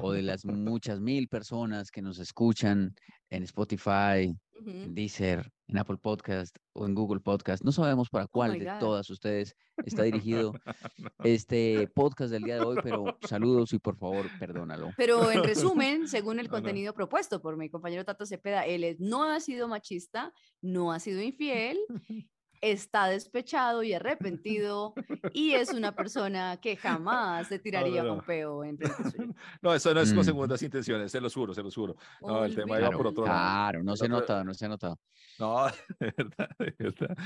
S5: o de las muchas mil personas que nos escuchan en Spotify, en
S3: Ujú.
S5: Deezer, en Apple Podcast o en Google Podcast. No sabemos para
S4: Oh
S5: cuál
S3: my
S5: de
S3: God.
S5: todas ustedes está dirigido este podcast del día de hoy, pero saludos y por favor, perdónalo.
S3: Pero en resumen, según el
S4: No, no.
S3: contenido propuesto por mi compañero Tato Cepeda, él es- no ha sido machista, no ha sido infiel, está despechado y arrepentido y es una persona que jamás se tiraría
S4: no,
S3: un
S4: no.
S3: peo en frente suyo.
S4: No, eso no es con
S5: Mm.
S4: segundas intenciones, se los juro, se los juro. No, el tema iba por
S3: Olvídalo.
S4: otro lado.
S5: Claro, no se
S4: Pero-
S5: nota, no se nota.
S4: No, de verdad, de verdad.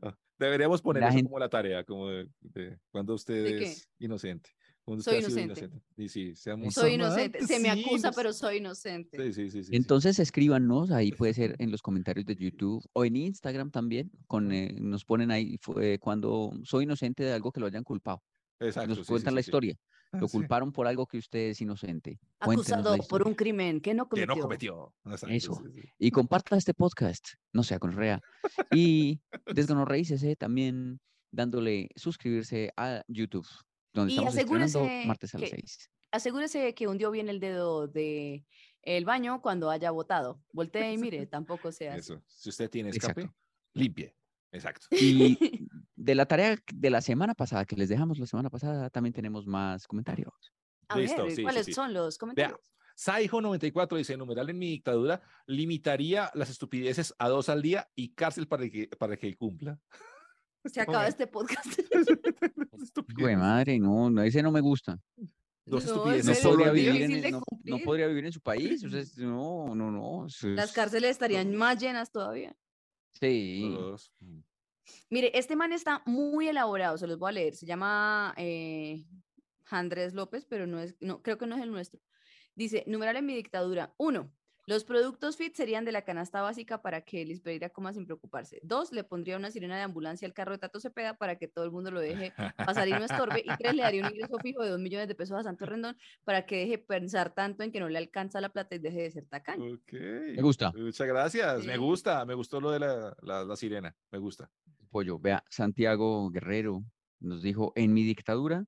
S4: No, Deberíamos poner
S5: La
S4: eso
S5: gente-
S4: como la tarea, como de, de cuando usted
S3: ¿De qué?
S4: es inocente. Cuando usted
S3: Soy
S4: ha sido
S3: inocente.
S4: Y sí, seamos
S3: Soy inocente.
S4: amantes,
S3: Se me
S4: sí,
S3: acusa,
S4: inocentes.
S3: pero soy inocente.
S4: Sí, sí, sí. sí, sí.
S5: Entonces escríbanos, ahí puede ser en los comentarios de YouTube o en Instagram también, con, eh, nos ponen ahí fu- eh, cuando soy inocente de algo que lo hayan culpado.
S4: Exacto, sí,
S5: Nos
S4: sí,
S5: cuentan
S4: sí,
S5: la
S4: sí. Ah,
S5: historia. Lo
S4: Sí.
S5: culparon por algo que usted es inocente. Cuéntenos la
S3: Acusado por
S5: historia.
S3: un crimen que no
S4: Que
S3: cometió.
S4: no cometió. Exacto,
S5: Eso.
S4: sí, sí.
S5: Y comparta este podcast, no sea con rea. Y desgonorreícese también dándole suscribirse a YouTube, donde
S3: Y
S5: estamos estrenando
S3: asegúrese
S5: martes a las
S3: que-
S5: 6.
S3: Asegúrese que hundió bien el dedo de el baño cuando haya votado. Voltee y mire, tampoco sea así.
S4: Eso. Si usted tiene escape,
S5: Exacto.
S4: limpie. Exacto.
S5: Y de la tarea de la semana pasada, que les dejamos la semana pasada, también tenemos más comentarios.
S3: A
S4: Listo,
S3: ver,
S4: sí, sí,
S3: ¿cuáles
S4: sí.
S3: son los comentarios?
S4: Saijo94 dice, numeral en mi dictadura, limitaría las estupideces a dos al día y cárcel para que, para que cumpla.
S3: Se acaba este podcast.
S5: Hijo de madre, no, no, ese no me gusta.
S4: Dos
S3: No,
S5: No
S4: estupideces
S3: ese-
S4: solo
S5: podría
S4: al día.
S5: vivir en,
S3: difícil de
S5: el- no, no
S3: cumplir.
S5: podría vivir en su país. o sea, es- no, no, no. eso
S3: Las
S5: es-
S3: cárceles estarían más llenas todavía.
S5: Sí.
S4: Dos. Mm.
S3: Mire, este man está muy elaborado, se los voy a leer. Se llama eh, Andrés López, pero no es, no, creo que no es el nuestro. Dice, numeral en mi dictadura. Uno, los productos fit serían de la canasta básica para que Elis Pereira coma sin preocuparse. Dos, le pondría una sirena de ambulancia al carro de Tato Cepeda para que todo el mundo lo deje pasar y no estorbe. Y tres, le daría un ingreso fijo de dos millones de pesos a Santo Rendón para que deje pensar tanto en que no le alcanza la plata y deje de ser tacaño.
S4: Ok.
S5: Me gusta.
S4: Muchas gracias. Me
S3: Sí.
S4: gusta. Me gustó lo de la, la, la sirena. Me gusta.
S5: Pollo, vea, Santiago Guerrero nos dijo, en mi dictadura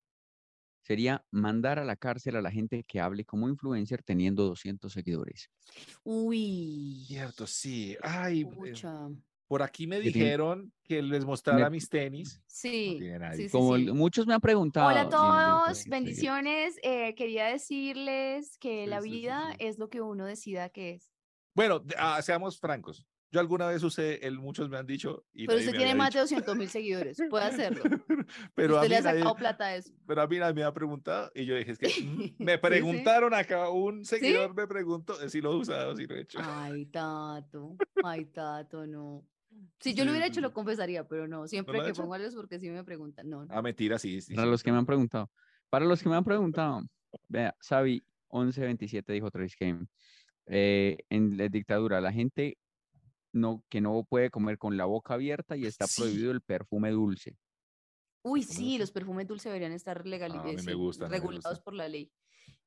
S5: sería mandar a la cárcel a la gente que hable como influencer teniendo 200 seguidores.
S3: Uy.
S4: Cierto, sí. Ay, eh,
S3: pucha.
S4: Por aquí me
S5: Que tiene-
S4: dijeron que les mostrara
S5: Me-
S4: mis tenis. No
S3: Sí.
S4: tiene nadie.
S3: sí, sí,
S5: Como
S3: sí.
S5: el- muchos me han preguntado.
S3: Hola a
S5: sí, no,
S3: todos,
S5: sí, sí.
S3: bendiciones. Eh, quería decirles que la
S4: Sí, sí, sí,
S3: vida
S4: sí.
S3: es lo que uno decida que es.
S4: Bueno, de- ah, seamos francos. Yo alguna vez usé el muchos me han dicho. Y
S3: Pero
S4: nadie
S3: usted
S4: me
S3: tiene
S4: había
S3: más de 200 mil seguidores, puede hacerlo.
S4: dicho. pero, a mí
S3: usted le ha
S4: nadie-
S3: sacado plata a eso.
S4: pero a mí nadie me ha preguntado. Y yo dije, es que mm,
S3: Sí,
S4: me
S3: sí.
S4: preguntaron acá, un seguidor me preguntó eh, si lo he usado, si lo he hecho.
S3: Ay, Tato, ay, Tato, no. Si yo lo
S4: Sí,
S3: hubiera
S4: sí,
S3: hecho,
S4: sí.
S3: lo confesaría, pero no. Siempre
S4: lo ha
S3: que
S4: hecho?
S3: pongo algo es porque sí me preguntan. No, no.
S4: Ah, mentira, sí. sí,
S5: Para
S4: sí.
S5: los que me han preguntado. Para los que me han preguntado, vea, Xavi 1127 dijo Travis Game. en la dictadura, la gente no, que no puede comer con la boca abierta y está
S4: Sí.
S5: prohibido el perfume dulce.
S3: Uy,
S4: perfumes
S3: sí,
S4: dulces.
S3: los perfumes dulces deberían estar legali-
S4: Ah, a mí
S3: eh,
S4: me
S3: sí,
S4: gustan, a mí me
S3: regulados
S4: gustan.
S3: por la ley.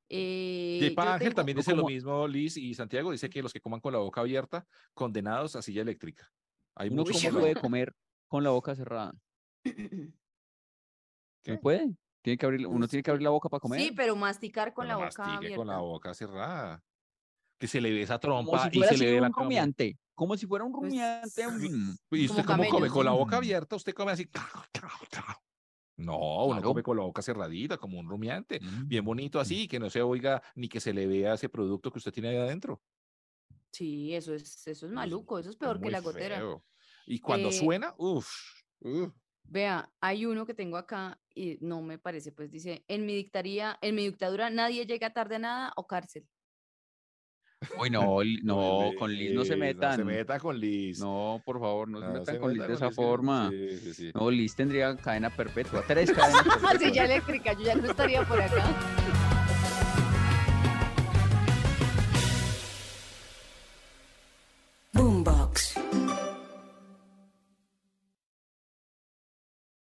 S3: Eh, yo
S4: Yepa Ángel
S3: tengo-
S4: también
S5: yo
S4: dice lo
S5: como-
S4: mismo, Liz y Santiago dice que los que coman con la boca abierta, condenados a silla eléctrica. Hay
S5: Uno
S4: muchos
S5: cómo
S4: con la
S5: puede
S4: boca-
S5: comer con la boca cerrada.
S4: ¿Qué?
S5: No puede. Tiene que abrir, uno
S3: No
S5: tiene que abrir la boca para comer.
S3: Sí, pero masticar con
S4: que
S3: la
S4: la
S3: boca
S4: mastique
S3: abierta.
S4: con la boca cerrada. Que se le ve esa
S5: como
S4: trompa
S5: si
S4: y
S5: fuera
S4: se
S5: así
S4: le ve la
S5: un
S4: cama.
S5: rumiante. Como si fuera un
S3: Pues,
S5: rumiante. mm.
S4: ¿Y
S3: Como
S4: usted cómo come?
S3: camellos.
S4: Con la boca
S5: Mm.
S4: abierta, usted come así. No, uno
S5: Claro.
S4: come con la boca cerradita, como un rumiante.
S5: Mm.
S4: Bien bonito así, que no se oiga ni que se le vea ese producto que usted tiene ahí adentro.
S3: Sí, eso es, eso es
S4: Uy,
S3: maluco, eso es peor que
S4: muy
S3: la gotera.
S4: feo. Y cuando
S3: Eh,
S4: suena, uff.
S3: Vea, hay uno que tengo acá y no me parece, pues dice, en mi dictaría, en mi dictadura nadie llega tarde a nada o cárcel.
S5: Uy, no, Li- no, con Liz no se metan.
S4: No se meta con Liz.
S5: No, por favor, no se
S4: No
S5: metan
S4: se
S5: con Liz
S4: meta
S5: de esa
S4: que-
S5: forma.
S4: Sí, sí, sí.
S5: No, Liz tendría cadena perpetua, tres cadenas
S3: Silla
S5: perpetuas.
S3: eléctrica, yo ya no estaría por acá.
S2: Boombox.